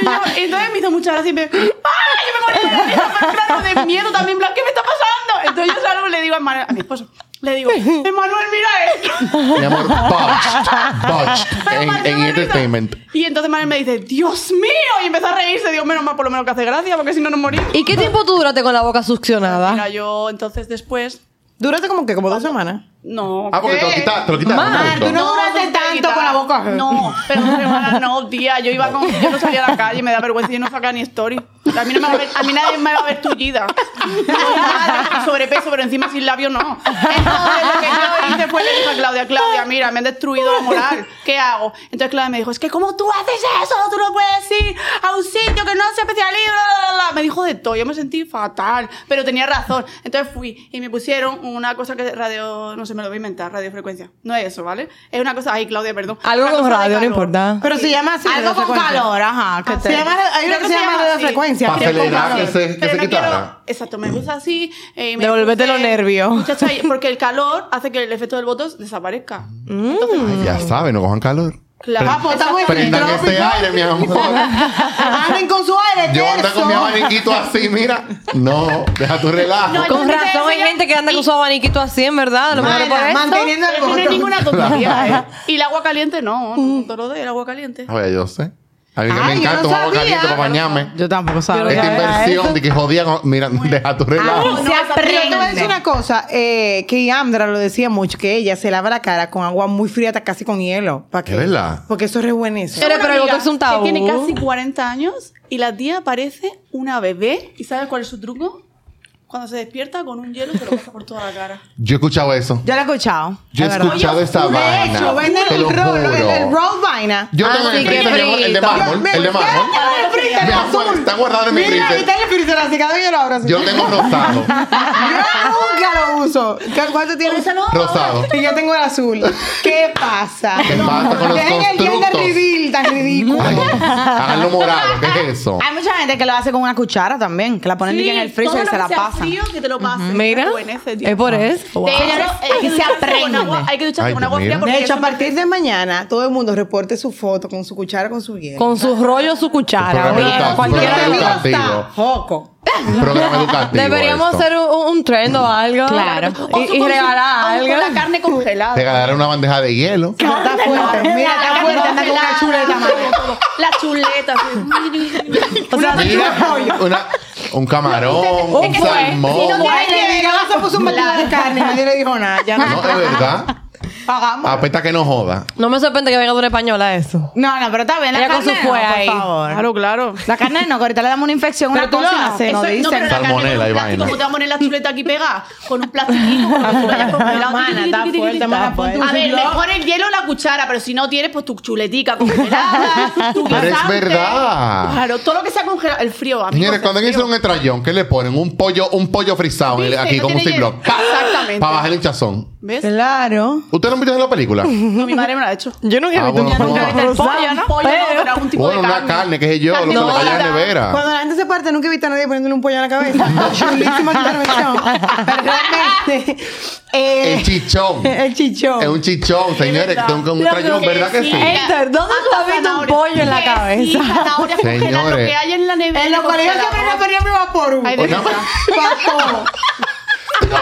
S6: y yo- y entonces me hizo mucha gracia y me. ¡Ah! Yo me morí de la risa, pero claro, de miedo también. en plan, ¿Qué me está pasando? Entonces yo salgo y le digo a, Manuel, a mi esposo. Le digo, Emanuel, mira esto.
S3: Mi amor, botched. Botched.
S6: Pero
S3: En, este
S6: partió
S3: en
S6: de risa.
S3: entertainment.
S6: Y entonces Manuel me dice, Dios mío. Y empezó a reírse. Digo, menos mal, por lo menos que hace gracia, porque si no nos morimos.
S2: ¿Y qué tiempo tú duraste con la boca succionada?
S6: Mira, yo entonces después
S5: Duraste como que como dos semanas.
S6: No.
S3: Ah, porque te lo
S6: ¿qué?
S3: quitaste, te lo quitaste.
S5: Mar,
S3: te lo
S5: tú
S3: quitaste.
S5: no- duraste
S6: son de
S5: tanto
S6: guitarra.
S5: con la boca.
S6: No, pero hermana, no, tía. Yo iba con. Yo no salía a la calle, me da vergüenza. Yo no sacaba ni story. A mí, no me va a, ver- a mí nadie me va a ver tullida. Yo, nada, sobrepeso, pero encima sin labio no. Entonces, lo que yo hice fue le dije a Claudia, Claudia, mira, me han destruido la moral. ¿Qué hago? Entonces Claudia me dijo, es que como tú haces eso, tú no puedes ir a un sitio que no se especializa. bla, bla, bla". Me dijo de todo. Yo me sentí fatal, pero tenía razón. Entonces fui y me pusieron una cosa que radio, no sé, me lo voy a inventar, radiofrecuencia. No es eso, ¿vale? Es una cosa, ay, Claudia, perdón.
S2: Algo
S6: Una
S2: con
S6: cosa de
S2: radio, no
S6: calor.
S2: importa.
S5: Pero se llama así.
S4: Algo con
S5: radiofrecuencia.
S4: calor, ajá. que
S5: Ah,
S4: te-
S5: se llama- hay una
S6: Creo
S5: que se llama
S6: así.
S5: radiofrecuencia.
S3: Para
S6: Creo que
S3: acelerar
S6: con
S3: que se-
S6: calor.
S3: que
S6: Pero
S3: se
S6: no
S3: quitara.
S6: quiero- Exacto, me gusta así. eh, me
S2: Devolvete
S6: puse-
S2: los nervios.
S6: Muchacha, porque el calor hace que el efecto del botox desaparezca. Entonces,
S3: Ay, ya saben, no cojan calor.
S6: Claro.
S5: Mm. Ah, pues está muy
S3: Prendan este
S5: filtrópico.
S3: aire, mi amor.
S5: Anden con su aire.
S3: Yo ando
S5: terso.
S3: con mi abaniquito así, mira. No, deja tu relajo.
S6: No,
S2: Con
S6: Yo pensé
S2: razón
S6: eso,
S2: hay
S6: yo-
S2: gente que anda con su abaniquito así, en verdad. A lo mejor
S5: Mana,
S2: es por eso.
S5: manteniendo el
S6: Pero eso no es
S5: control.
S6: ninguna tontería, ¿eh? Y el agua caliente, no. no te lo de el agua caliente.
S3: Oye, yo sé. A mí que me
S5: Ay, yo
S3: encanta
S5: no
S3: un agua
S5: sabía.
S3: caliente para bañarme.
S4: Yo tampoco sabía.
S3: Esta inversión de que jodían. Mira, deja tu
S5: Ah.
S3: relajo.
S4: Ahora se
S5: Pero te voy a decir
S4: aprende.
S5: una cosa, eh, que Yandra lo decía mucho, que ella se lava la cara con agua muy fría, hasta casi con hielo. ¿Para qué?
S3: Es verdad.
S5: Porque eso rejuvenece.
S2: Pero-
S6: Una
S2: pero el
S6: amiga
S2: botox es un tabú.
S6: Que tiene casi 40 años y la tía parece una bebé. ¿Y sabes cuál es su truco? Cuando se despierta con un hielo se lo pasa por toda la cara.
S3: Yo he escuchado eso.
S5: Yo la he escuchado.
S3: Yo he
S5: la verdad.
S3: escuchado esta
S5: De
S3: vaina.
S5: hecho, venden
S3: Te
S5: el
S3: lo
S5: roll, el, el
S3: juro.
S5: roll vaina.
S3: Yo tengo en el
S4: Así que
S3: freezer el de- el de
S4: frito.
S3: mármol. El de mármol.
S5: Está en el freezer,
S3: Mi
S5: el
S3: amor,
S5: azul.
S3: está guardado en mi
S5: Mira,
S3: freezer.
S5: ahí está en el freezer, así cada vez yo lo abro. así.
S3: Yo tengo rosado.
S5: Yo nunca lo uso. ¿Qué- ¿Cuánto tienes?
S3: Rosado.
S5: Y yo tengo el azul. ¿Qué pasa?
S3: ¿Qué pasa con los
S5: Dejen el gender
S3: constructos?
S5: reveal tan ridículo.
S3: Ay, Háganlo morado. ¿Qué es eso?
S4: Hay mucha gente que lo hace con una cuchara también, que la ponen
S6: Sí,
S4: en el freezer
S6: todo
S4: y
S6: lo
S4: se
S6: que
S4: la
S6: sea
S4: pasan.
S6: frío, que te lo pasen.
S2: Mira,
S6: Rejuvenece, tío.
S2: es por eso.
S6: De hecho,
S4: Wow.
S6: hay que
S4: Se
S6: ducharse con
S4: aprende.
S6: agua- Hay que ducharse
S3: Ay,
S6: con agua
S3: mira.
S6: fría porque
S5: De hecho, a
S6: eso-
S5: partir de mañana, todo el mundo reporte su foto con su cuchara, con su hielo.
S2: Con sus rollos, su cuchara.
S3: Programa
S2: Oye,
S3: educativo,
S2: Ah, cualquiera de
S3: programa
S2: los dos.
S3: educativo.
S5: Joco.
S3: Un programa educativo.
S2: Deberíamos
S3: esto.
S2: hacer un, un trend o algo.
S4: Claro.
S6: O tú
S2: Y, y
S6: con su-
S2: regalar
S6: o con la
S2: algo.
S6: carne congelada.
S3: Regalar una bandeja de hielo.
S5: No, está fuerte. Mira, está fuerte. Anda con una chuleta, madre.
S6: La chuleta.
S2: O sea,
S3: Mira, una- un camarón, un
S2: fue.
S3: salmón.
S5: Como hay que ver, ahora se puso un batido de carne. Nadie le dijo nada. Ya Ah.
S3: No, es verdad.
S5: pagamos.
S3: Apeta que no joda.
S2: no me sorprende que venga de una española eso.
S4: No, no, pero está bien. La
S2: Ella con
S4: carne
S2: su
S4: no,
S2: fue
S4: por
S2: ahí.
S4: favor.
S6: Claro, claro.
S4: La carne no, que ahorita le damos una infección,
S5: Pero
S4: una
S5: tú lo
S4: cosa y no
S5: haces,
S4: sé.
S5: no
S6: Eso-
S5: dicen.
S6: pero la
S3: Salmonela
S6: carne
S3: y
S6: con un plástico,
S3: vaina.
S6: ¿Cómo te vamos a poner la chuleta aquí pegada? Con un plastiquito, con lo que tú hayas congelado.
S5: Mana, Ah, está fuerte, mana, ponte un
S6: A ver,
S5: ziploc.
S6: mejor el hielo o la cuchara, pero si no tienes, pues tu chuletica congelada, tu
S3: Pero es
S6: guisante.
S3: verdad.
S6: Claro, todo lo que sea congelado, el frío. amigos,
S3: Señores,
S6: el
S3: cuando
S6: frío.
S3: hicieron un estrellón, ¿qué le ponen? Un pollo, un pollo frisado en el-
S6: Dice,
S3: aquí
S6: no
S3: con un
S6: tiene hielo.
S3: ziploc.
S6: Exactamente.
S3: Para bajar el hinchazón.
S6: ¿Ves?
S5: Claro.
S3: ¿Ustedes no han visto la película?
S6: No, mi madre me lo ha hecho.
S2: Yo nunca he
S3: Ah,
S2: visto
S3: bueno,
S2: un
S3: bueno.
S6: El pollo, ¿no? Pollo, no, pero algún tipo
S3: Bueno,
S6: de
S3: una carne, qué sé yo, lo que
S6: Carne
S3: le cayó en la
S6: molida.
S3: nevera.
S5: Cuando la gente se parte, nunca he visto a nadie poniéndole un pollo en la cabeza. Chulísima intervención. Pero realmente. eh,
S3: El chichón.
S5: el chichón.
S3: Es un chichón, señores,
S6: verdad.
S3: con con un estrellón, ¿verdad que sí?
S6: eh,
S5: eh.
S2: Héctor, ¿dónde tú has visto un pollo en la cabeza?
S6: Ahora congelar lo
S3: Señores.
S6: que hay en la nevera.
S5: En los colegios
S6: congelado.
S5: siempre nos ponían mi vaporu.
S6: Ay,
S3: Una-
S6: de verdad.
S5: Vapor.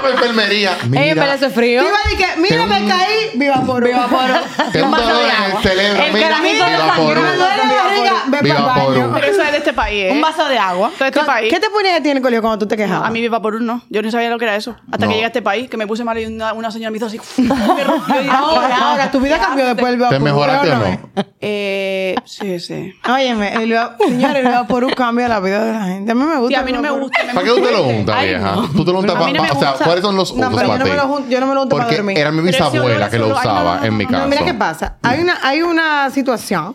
S3: Una enfermería.
S2: Ey, en verdad
S3: Mira,
S2: hace frío.
S5: Iba a decir que, mira, me caí, viva por Viva
S3: tengo un dolor en el cerebro.
S2: El
S3: Mira,
S2: caramito de
S3: viva
S5: Me
S3: por
S5: duele la barriga, ve
S3: Viva
S5: pa'l baño.
S3: Porú.
S6: Pero eso es de este país, ¿eh?
S4: Un vaso de agua.
S6: Todo este país.
S5: ¿Qué te ponías a ti en el colegio cuando tú te quejabas?
S6: A mí viva por uno. Yo no sabía lo que era eso. Hasta
S3: Ah. No.
S6: que llegué a este país, que me puse mal y una, una señora me hizo así. me rompió y-
S5: Ahora, Ah, ahora, tu vida cambió después del
S3: ¿Te
S5: Vaporú.
S3: mejoraste o
S5: óyeme.
S3: no?
S6: Eh, sí, sí.
S5: Óyeme, el va- señores, el Vaporú cambia la vida de la gente. A mí me gusta.
S6: Tía, a mí
S5: el
S6: no me
S5: Vaporú.
S6: gusta. me
S3: ¿Para qué tú te lo
S6: gusta.
S3: untas,
S6: Ay,
S3: vieja?
S6: no.
S3: Tú te lo untas
S6: A
S3: para...
S6: mí no me
S3: o sea,
S6: gusta.
S3: ¿cuáles son los usos
S5: No, pero yo
S3: para
S5: no
S3: ti?
S5: me lo jun- yo no me lo unto para
S3: Porque
S5: dormir.
S3: era mi
S6: Pero ese
S3: bisabuela
S6: olor,
S3: que lo
S6: ese olor, ay, no,
S3: usaba
S6: no,
S3: en mi
S6: no, no,
S3: casa.
S5: No, mira qué pasa. Hay una, hay una situación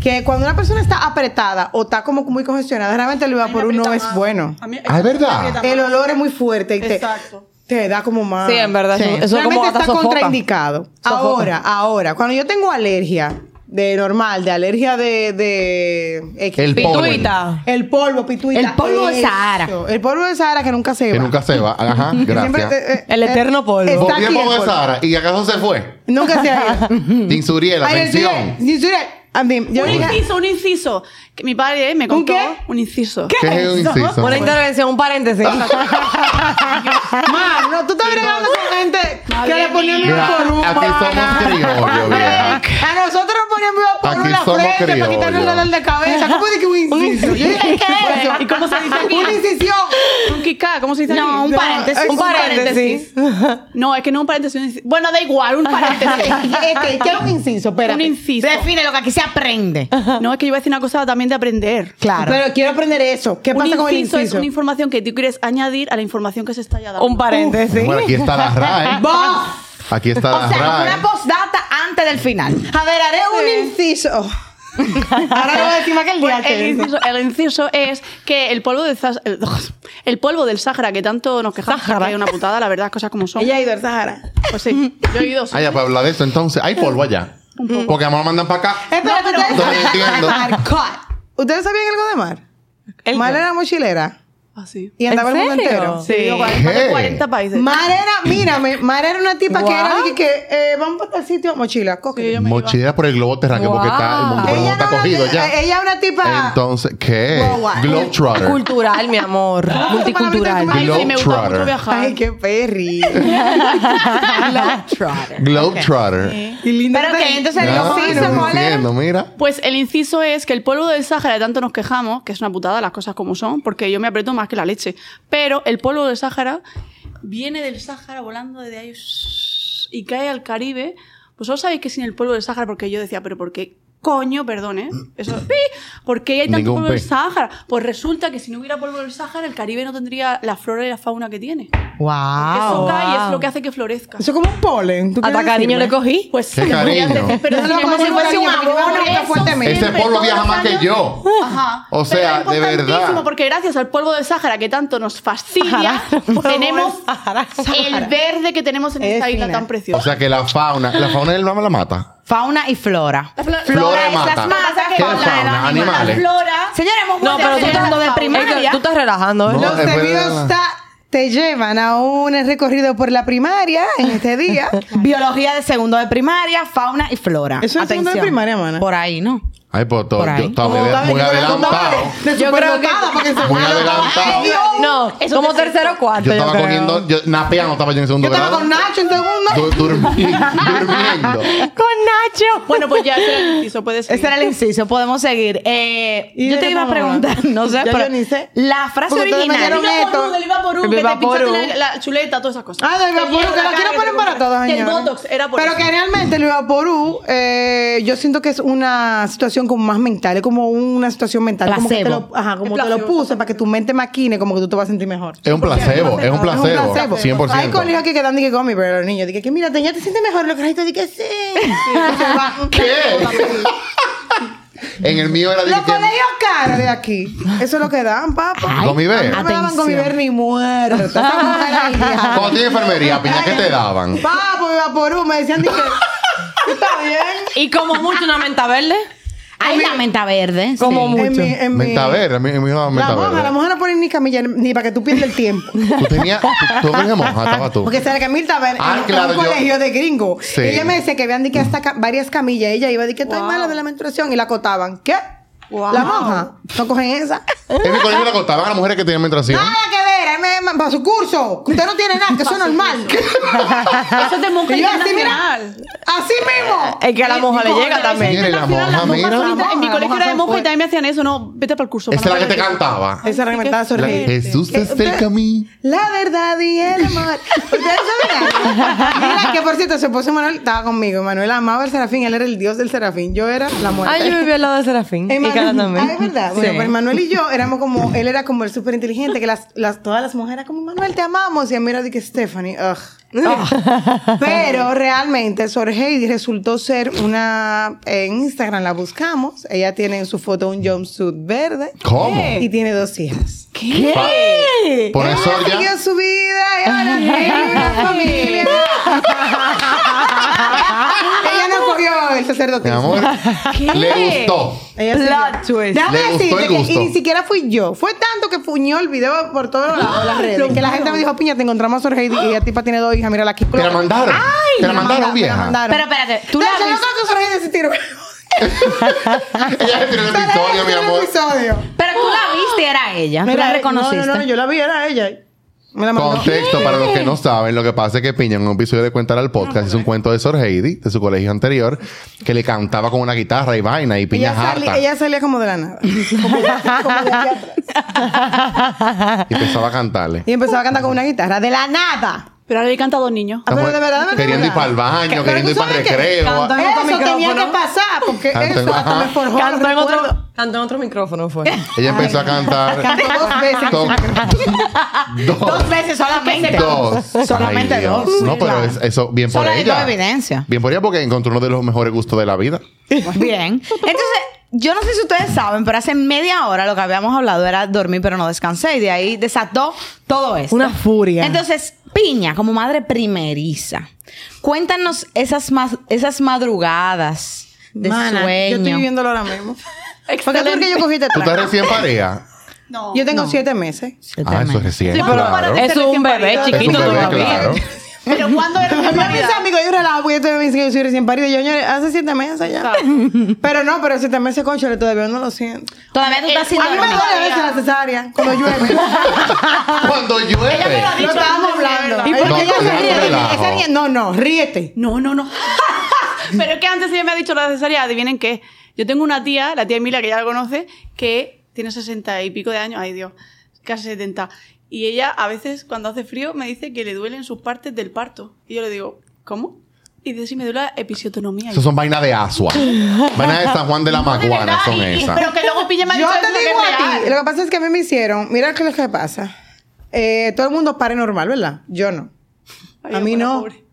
S5: que cuando una persona está apretada o está como muy congestionada, realmente el
S6: Ay, me
S5: Vaporú no
S6: aprieta
S5: es
S6: más.
S5: bueno.
S6: A mí-
S3: Ah, ¿es verdad?
S6: me aprieta más.
S5: El olor es muy fuerte y te,
S6: Exacto.
S5: te da como más.
S2: Sí, en verdad, eso- eso
S5: Realmente
S2: como hasta
S5: está
S2: sofoca.
S5: contraindicado.
S2: Sofoca.
S5: Ahora, ahora, cuando yo tengo alergia de normal, de alergia de. de
S3: El polen.
S2: Pituita.
S5: El polvo, pituita.
S4: El polvo de Sahara.
S5: El polvo de Sahara que nunca se
S3: Que
S5: va.
S3: nunca se va. Ajá,
S5: Que siempre te-
S3: gracias.
S5: eh,
S2: El
S5: eh,
S2: eterno polvo.
S5: Está
S3: Volví
S5: aquí
S3: a
S5: el
S3: poner
S5: polvo.
S3: Sara y acaso se fue.
S5: Nunca se ha ido.
S3: Tinsuriel,
S5: Ay, el
S3: atención.
S5: Suriel, el Suriel. Andy, yo
S6: un
S5: dije-
S6: inciso, un inciso. Que mi padre me contó.
S5: qué?
S6: Un inciso.
S3: ¿Qué es un inciso?
S2: Una intervención, un paréntesis.
S5: Ma, "Ah, no, tú estás bregando con gente que le ponían
S3: Mira,
S5: viva por un
S3: aquí somos criollos, vieja.
S5: A nosotros nos ponían viva por
S3: Aquí
S5: en la
S3: somos
S5: frente para quitarnos el
S3: criollos.
S5: dolor de cabeza. ¿Cómo de que un inciso? Yo dije, ¿qué? ¿Y cómo se dice aquí? Una incisión.
S6: Un kika, ¿cómo se dice?
S4: No,
S6: aquí?
S4: un paréntesis.
S5: Un paréntesis.
S6: No, es que no un paréntesis. un inciso. Bueno, da igual, un paréntesis.
S5: Este, ¿Qué es un inciso? Espérate.
S6: Un inciso.
S4: Define lo que aquí se aprende.
S6: No, es que yo iba a decir una cosa también de aprender.
S4: Claro.
S5: Pero quiero aprender eso. ¿Qué
S6: un
S5: pasa
S6: inciso
S5: con el inciso?
S6: es una información que tú quieres añadir a la información que se está ya dando.
S2: un paréntesis.
S3: Bueno, aquí está la RAE. Aquí está ¿eh? la
S4: O sea,
S3: RAE.
S4: una postdata antes del final.
S5: A ver, haré un inciso. Ahora lo voy a decir más que el día
S6: Pues el,
S5: que dice.
S6: inciso, el inciso es que el polvo del Zas- el, el polvo del Sahara que tanto nos quejamos porque es una putada, la verdad, cosas como son.
S5: Ella ha ido al Sahara.
S6: Pues sí, yo he ido. sí.
S3: Ah, ya, para hablar de eso, entonces. Hay polvo allá. Porque vamos a mandar para acá.
S5: Espérate, ¿ustedes
S3: No
S5: sabían-
S3: entiendo.
S5: Cut. ¿Ustedes sabían algo de mar? Mar era mochilera
S6: Ah, sí.
S5: y andaba el mundo
S2: serio?
S5: entero.
S6: Sí, digo,
S3: ¿Qué?
S6: más de 40 países.
S5: Mar era, mírame, Mar era una tipa que era de que, que, eh, vamos para tal sitio, mochila, coge.
S6: yo me iba.
S3: Mochilera por el globo terráqueo, porque está, el mundo por el globo
S5: Ella
S3: está
S5: era una
S3: cogido
S5: ti-
S3: ya.
S5: eh, ella era una tipa.
S3: Entonces, ¿qué?
S5: Guau,
S3: Globetrotter.
S2: Cultural, mi amor. Multicultural.
S6: Ay, sí, me gusta
S3: Globetrotter.
S6: mucho viajar.
S5: Ay, qué perri.
S3: Globetrotter.
S5: y linda.
S4: Pero
S5: que
S4: que entonces
S3: Ya,
S4: lo
S3: te
S4: sí,
S3: estoy
S4: se mole.
S3: diciendo, mira.
S6: Pues el inciso es que el polvo del Sahara de tanto nos quejamos, que es una putada las cosas como son, porque yo me aprieto más que la leche. Pero el polvo del Sahara viene del Sahara volando desde ahí shhh, y cae al Caribe. Vosotros sabéis que sin el polvo del Sahara, porque yo decía, pero ¿por qué coño, perdón, eh? Eso, ¡pi! ¿Por qué hay tanto
S3: Mm. Ningún
S6: polvo del
S3: pi.
S6: Sahara? Pues resulta que si no hubiera polvo del Sahara, el Caribe no tendría la flora y la fauna que tiene. Eso
S4: Wow.
S6: cae y es lo que hace que florezca.
S5: Eso es como un polen. ¿tú
S2: Hasta
S5: quieres
S2: cariño le
S5: decirme?
S2: cogí.
S6: Pues
S3: Qué cariño.
S6: pero
S5: No
S6: sin
S5: lo
S6: embargo,
S5: consigo
S6: si fuese
S5: cariño,
S6: un
S5: porque me
S6: abono,
S5: lo gusta
S6: eso
S5: fuertemente.
S3: Ese
S6: siempre,
S3: polvo
S6: todos
S3: viaja
S6: los
S3: más que
S6: años.
S3: yo.
S6: Ajá.
S3: O sea,
S6: Pero es
S3: de verdad.
S6: importantísimo porque gracias al polvo de Sahara que tanto nos fastidia,
S5: polvo de
S6: tenemos
S5: Sahara.
S6: el verde que tenemos en
S5: Es
S6: esta isla
S5: fina.
S6: tan
S3: O
S6: preciosa.
S3: sea que la fauna, la fauna del mama la mata.
S4: Fauna y flora.
S6: La flo-
S3: Flora
S4: es las
S3: mata.
S4: masas que
S3: ¿Qué
S4: hablan de los
S3: fauna?
S6: la
S3: Animales.
S6: flora.
S4: Señores, hemos
S2: No,
S4: vuelto
S2: pero
S4: a
S2: tú
S4: hacer
S2: estás,
S4: algo de
S2: Héctor,
S4: primaria.
S2: tú estás relajando,
S3: No,
S2: ¿verdad?
S5: Los
S3: es verdad.
S5: semiosta te llevan a un recorrido por la primaria en este día.
S4: Biología de segundo de primaria, fauna y flora.
S5: Eso es segundo de
S4: Atención.
S5: primaria, mana.
S4: Por ahí, ¿no?
S3: Ay, por todo.
S4: Por ahí.
S3: Yo estaba
S5: Como estaba
S3: muy
S5: diciendo,
S3: adelantado.
S5: De
S2: Yo creo que-
S5: superdotada, porque se-
S3: Muy adelantado.
S2: No, como tercero o cuarto.
S3: Yo estaba
S2: creo.
S3: cogiendo, yo napeando estaba yo en segundo
S5: Yo estaba
S3: grado.
S5: con Nacho en segundo.
S3: Du- durmi- durmiendo.
S6: Bueno, pues ya ese era el inciso, puede ser.
S4: Ese era el inciso, podemos seguir. Eh,
S5: ¿Y
S4: yo
S5: de
S4: te
S5: qué
S4: iba a
S5: estamos hablando?
S4: preguntar, no sé,
S5: Ya
S4: pero
S5: yo ni sé.
S4: la frase
S5: Porque ustedes me
S4: original.
S5: dieron
S6: El vaporú, del vaporú,
S2: El
S6: que te
S2: vaporú.
S6: pinchaste la, la chuleta, todas esas cosas.
S5: Ah, del Vaporú, que lo quiero poner para todos,
S6: El
S5: señora.
S6: Botox era por
S5: Pero
S6: eso.
S5: que realmente el Vaporú, eh, yo siento que es una situación como más mental, es como una situación mental. Como que te
S4: Placebo.
S5: lo, ajá, como
S6: Es
S5: te lo
S6: placebo.
S5: puse para que tu mente maquine, como que tú te vas a sentir mejor.
S3: Es un placebo, es un placebo.
S5: placebo. Hay
S3: 100%.
S5: colegios que quedan de gummy pero los niños dije que mira, te- ya te sientes mejor, los carajitos dije sí.
S3: ¿Qué? en el mío era de
S5: Los
S3: que-
S5: colegios caros de aquí. Eso es lo que dan, papá.
S3: Gummy bear.
S5: No me daban
S4: Atención.
S5: gummy bear ni muerto. Esa mujer ahí.
S3: Cuando tiene enfermería, piña, ¿qué te daban?
S5: Papo, iba por un, me decían dije, está bien.
S2: Y como mucho una menta verde.
S4: Hay la menta verde.
S2: Como
S4: sí.
S2: mucho.
S5: En mi, en mi-
S3: Menta verde, mi, mi hijo daba
S5: La
S3: menta
S5: monja, la
S3: verde.
S5: monja no pone ni camilla ni para que tú pierdas el tiempo.
S3: Tú tenías, tú, tú eres monja, estaba tú.
S5: Porque Sara Camila estaba en,
S3: Ah,
S5: en
S3: claro,
S5: un
S3: yo-
S5: colegio de gringo.
S3: Sí.
S5: Ella me decía que habían de que hasta ca- varias camillas. Ella iba de que estoy mala de la menstruación y la acotaban. ¿Qué?
S6: Wow.
S5: La monja. No cogen esa.
S3: En mi colegio le contaban a las mujeres que tenían menstruación.
S5: Nada que ver, ahí me- me- para su curso. que Usted no tiene nada, que eso es normal.
S6: Eso es de monja
S5: Y yo así, mira,
S6: internacional.
S5: así mismo.
S2: Es que a la monja le llega también.
S3: Mire, la monja,
S6: Internacional, las monjas
S3: mira.
S6: son inter- En mi
S5: La monja
S6: colegio era de
S5: son
S6: monja y
S5: fuertes.
S6: también me hacían eso, no, vete para el curso.
S3: Esa es la
S6: para
S3: que te
S6: ver.
S3: cantaba.
S5: Esa
S6: qué
S5: reventada
S3: La-
S5: sorgente.
S3: Jesús es
S5: Usted-
S3: el camino.
S5: La verdad y el amor. Ustedes saben. Mira que por cierto, su esposo Manuel estaba conmigo. Manuel amaba el serafín, él era el dios del serafín. Yo era la muerte.
S2: Ay, yo viví al lado de Serafín.
S5: Eh,
S2: Y
S5: Manu-
S2: Carla también.
S5: Ah, es verdad. Bueno,
S2: Sí.
S5: pues Manuel y yo éramos como, él era como el súper inteligente, que las, las, todas las mujeres eran como, Manuel, te amamos. Y a mí era de que Stephanie, ugh.
S2: Ah.
S5: Pero realmente Sor Heidi resultó ser una, en Instagram la buscamos, ella tiene en su foto un jumpsuit verde
S3: ¿Cómo?
S5: y tiene dos hijas.
S3: Pa- Por eso
S5: Ella
S3: ya.
S5: siguió su vida, ella ahora tiene una familia. ella no cogió el
S3: Mi
S5: sacerdote.
S3: amor, le gustó.
S5: Ella siguió.
S2: Plot twist.
S5: Déjame
S3: Le gustó
S5: decirte
S3: el
S5: que y
S3: gusto.
S5: ni siquiera fui yo. Fue tanto que fuñó el video por todos lados las redes. que la gente me dijo, piña, te encontramos a Sor Heidi y a tipa tiene dos hijas, mírala aquí.
S3: Te la mandaron. te la mandaron, vieja.
S4: Pero espérate, tú la
S5: Yo no
S4: vis-
S5: creo que Sor Heidi se tiró.
S3: Ella se tiró el episodio, mi amor.
S5: episodio.
S4: Pero tú la viste, era ella. Ah, tú
S5: Mira,
S4: la
S5: eh,
S4: reconociste.
S5: No, no, no, yo la vi, era ella. Me la mandó.
S3: Contexto para los que no saben, lo que pasa es que Piña en un episodio de Cuentar al Podcast hizo un cuento de Sor Heidi, de su colegio anterior, que le cantaba con una guitarra y vaina y Piña
S5: Ella,
S3: harta.
S5: salía- ella salía como de la nada. Como de- como de aquí atrás.
S3: Y empezaba a cantarle.
S5: Y empezaba a cantar con una guitarra. ¡De la nada!
S6: Pero ahora le canta a dos niños.
S5: Ah, pero de verdad, de
S3: queriendo ir
S5: verdad.
S3: para el baño,
S5: Pero
S3: queriendo
S5: tú
S3: ir para el
S5: sabes que
S3: recreo.
S5: cantó en otro Eso tenía que pasar, porque
S3: Cantó en-
S5: eso hasta
S3: ajá.
S5: me forjó el
S2: Cantó en,
S5: recuerdo.
S2: otro, cantó en otro micrófono, fue.
S3: Ella empezó a cantar.
S5: Cantó dos veces.
S3: to- dos.
S4: Dos veces solamente.
S3: Dos.
S5: Solamente
S3: Ay, Dios.
S5: dos.
S3: No, pero
S5: Claro.
S3: es- eso, bien por
S4: Solo hay dos
S3: ella.
S4: evidencias.
S3: Bien por ella porque encontró uno de los mejores gustos de la vida.
S4: Bien. Entonces, yo no sé si ustedes saben, pero hace media hora lo que habíamos hablado era dormir, pero no descansé. Y de ahí desató todo esto.
S5: Una furia.
S4: Entonces, Piña, como madre primeriza, cuéntanos esas, mas- esas madrugadas de
S5: Mana,
S4: sueño.
S5: yo estoy viviéndolo ahora mismo. Porque tú que yo cogiste
S3: ¿Tú estás
S5: atrás.
S3: recién pareja?
S6: No.
S5: Yo tengo siete meses.
S4: Este
S3: Ah, eso es
S4: tema.
S3: recién.
S6: Sí, pero
S3: claro.
S6: para-
S2: Es un bebé
S6: Es un
S3: Es un
S2: chiquito
S3: bebé,
S2: todavía.
S3: claro.
S6: Pero cuando era
S5: Yo mis
S6: Navidad?
S5: amigos, yo relajo, porque ustedes me dicen que yo soy recién parida. Yo, señores, hace siete meses ya. Pero no, pero siete meses, conchale, todavía no lo siento.
S4: Todavía tú
S6: Eh,
S4: estás
S5: A
S4: sin
S5: mí me
S4: dormir.
S5: duele a veces la cesárea, cuando llueve.
S3: Cuando llueve.
S5: Lo estábamos hablando.
S3: ¿Y por qué ella se
S5: ella
S3: ríe?
S5: se ríe? Esa ríe- No, no, ríete.
S6: No, no, no. Pero es que antes ella me ha dicho la cesárea, adivinen qué. Yo tengo una tía, la tía Emilia, que ya la conoce, que tiene sesenta y pico de años, ay Dios, casi 70. Y ella a veces cuando hace frío me dice que le duelen sus partes del parto. Y yo le digo, ¿cómo? Y dice, sí, me duele la episiotonomía.
S3: Esas son vainas de Asua. vainas de San Juan de la Maguana son esas.
S6: Pero que luego pille
S5: Yo te digo a ti. Lo que pasa es que a mí me hicieron. Mira qué es lo que pasa. Eh, todo el mundo pare normal, ¿verdad? Yo no.
S6: Ay,
S5: a mí
S6: bueno,
S5: no.
S6: pobre.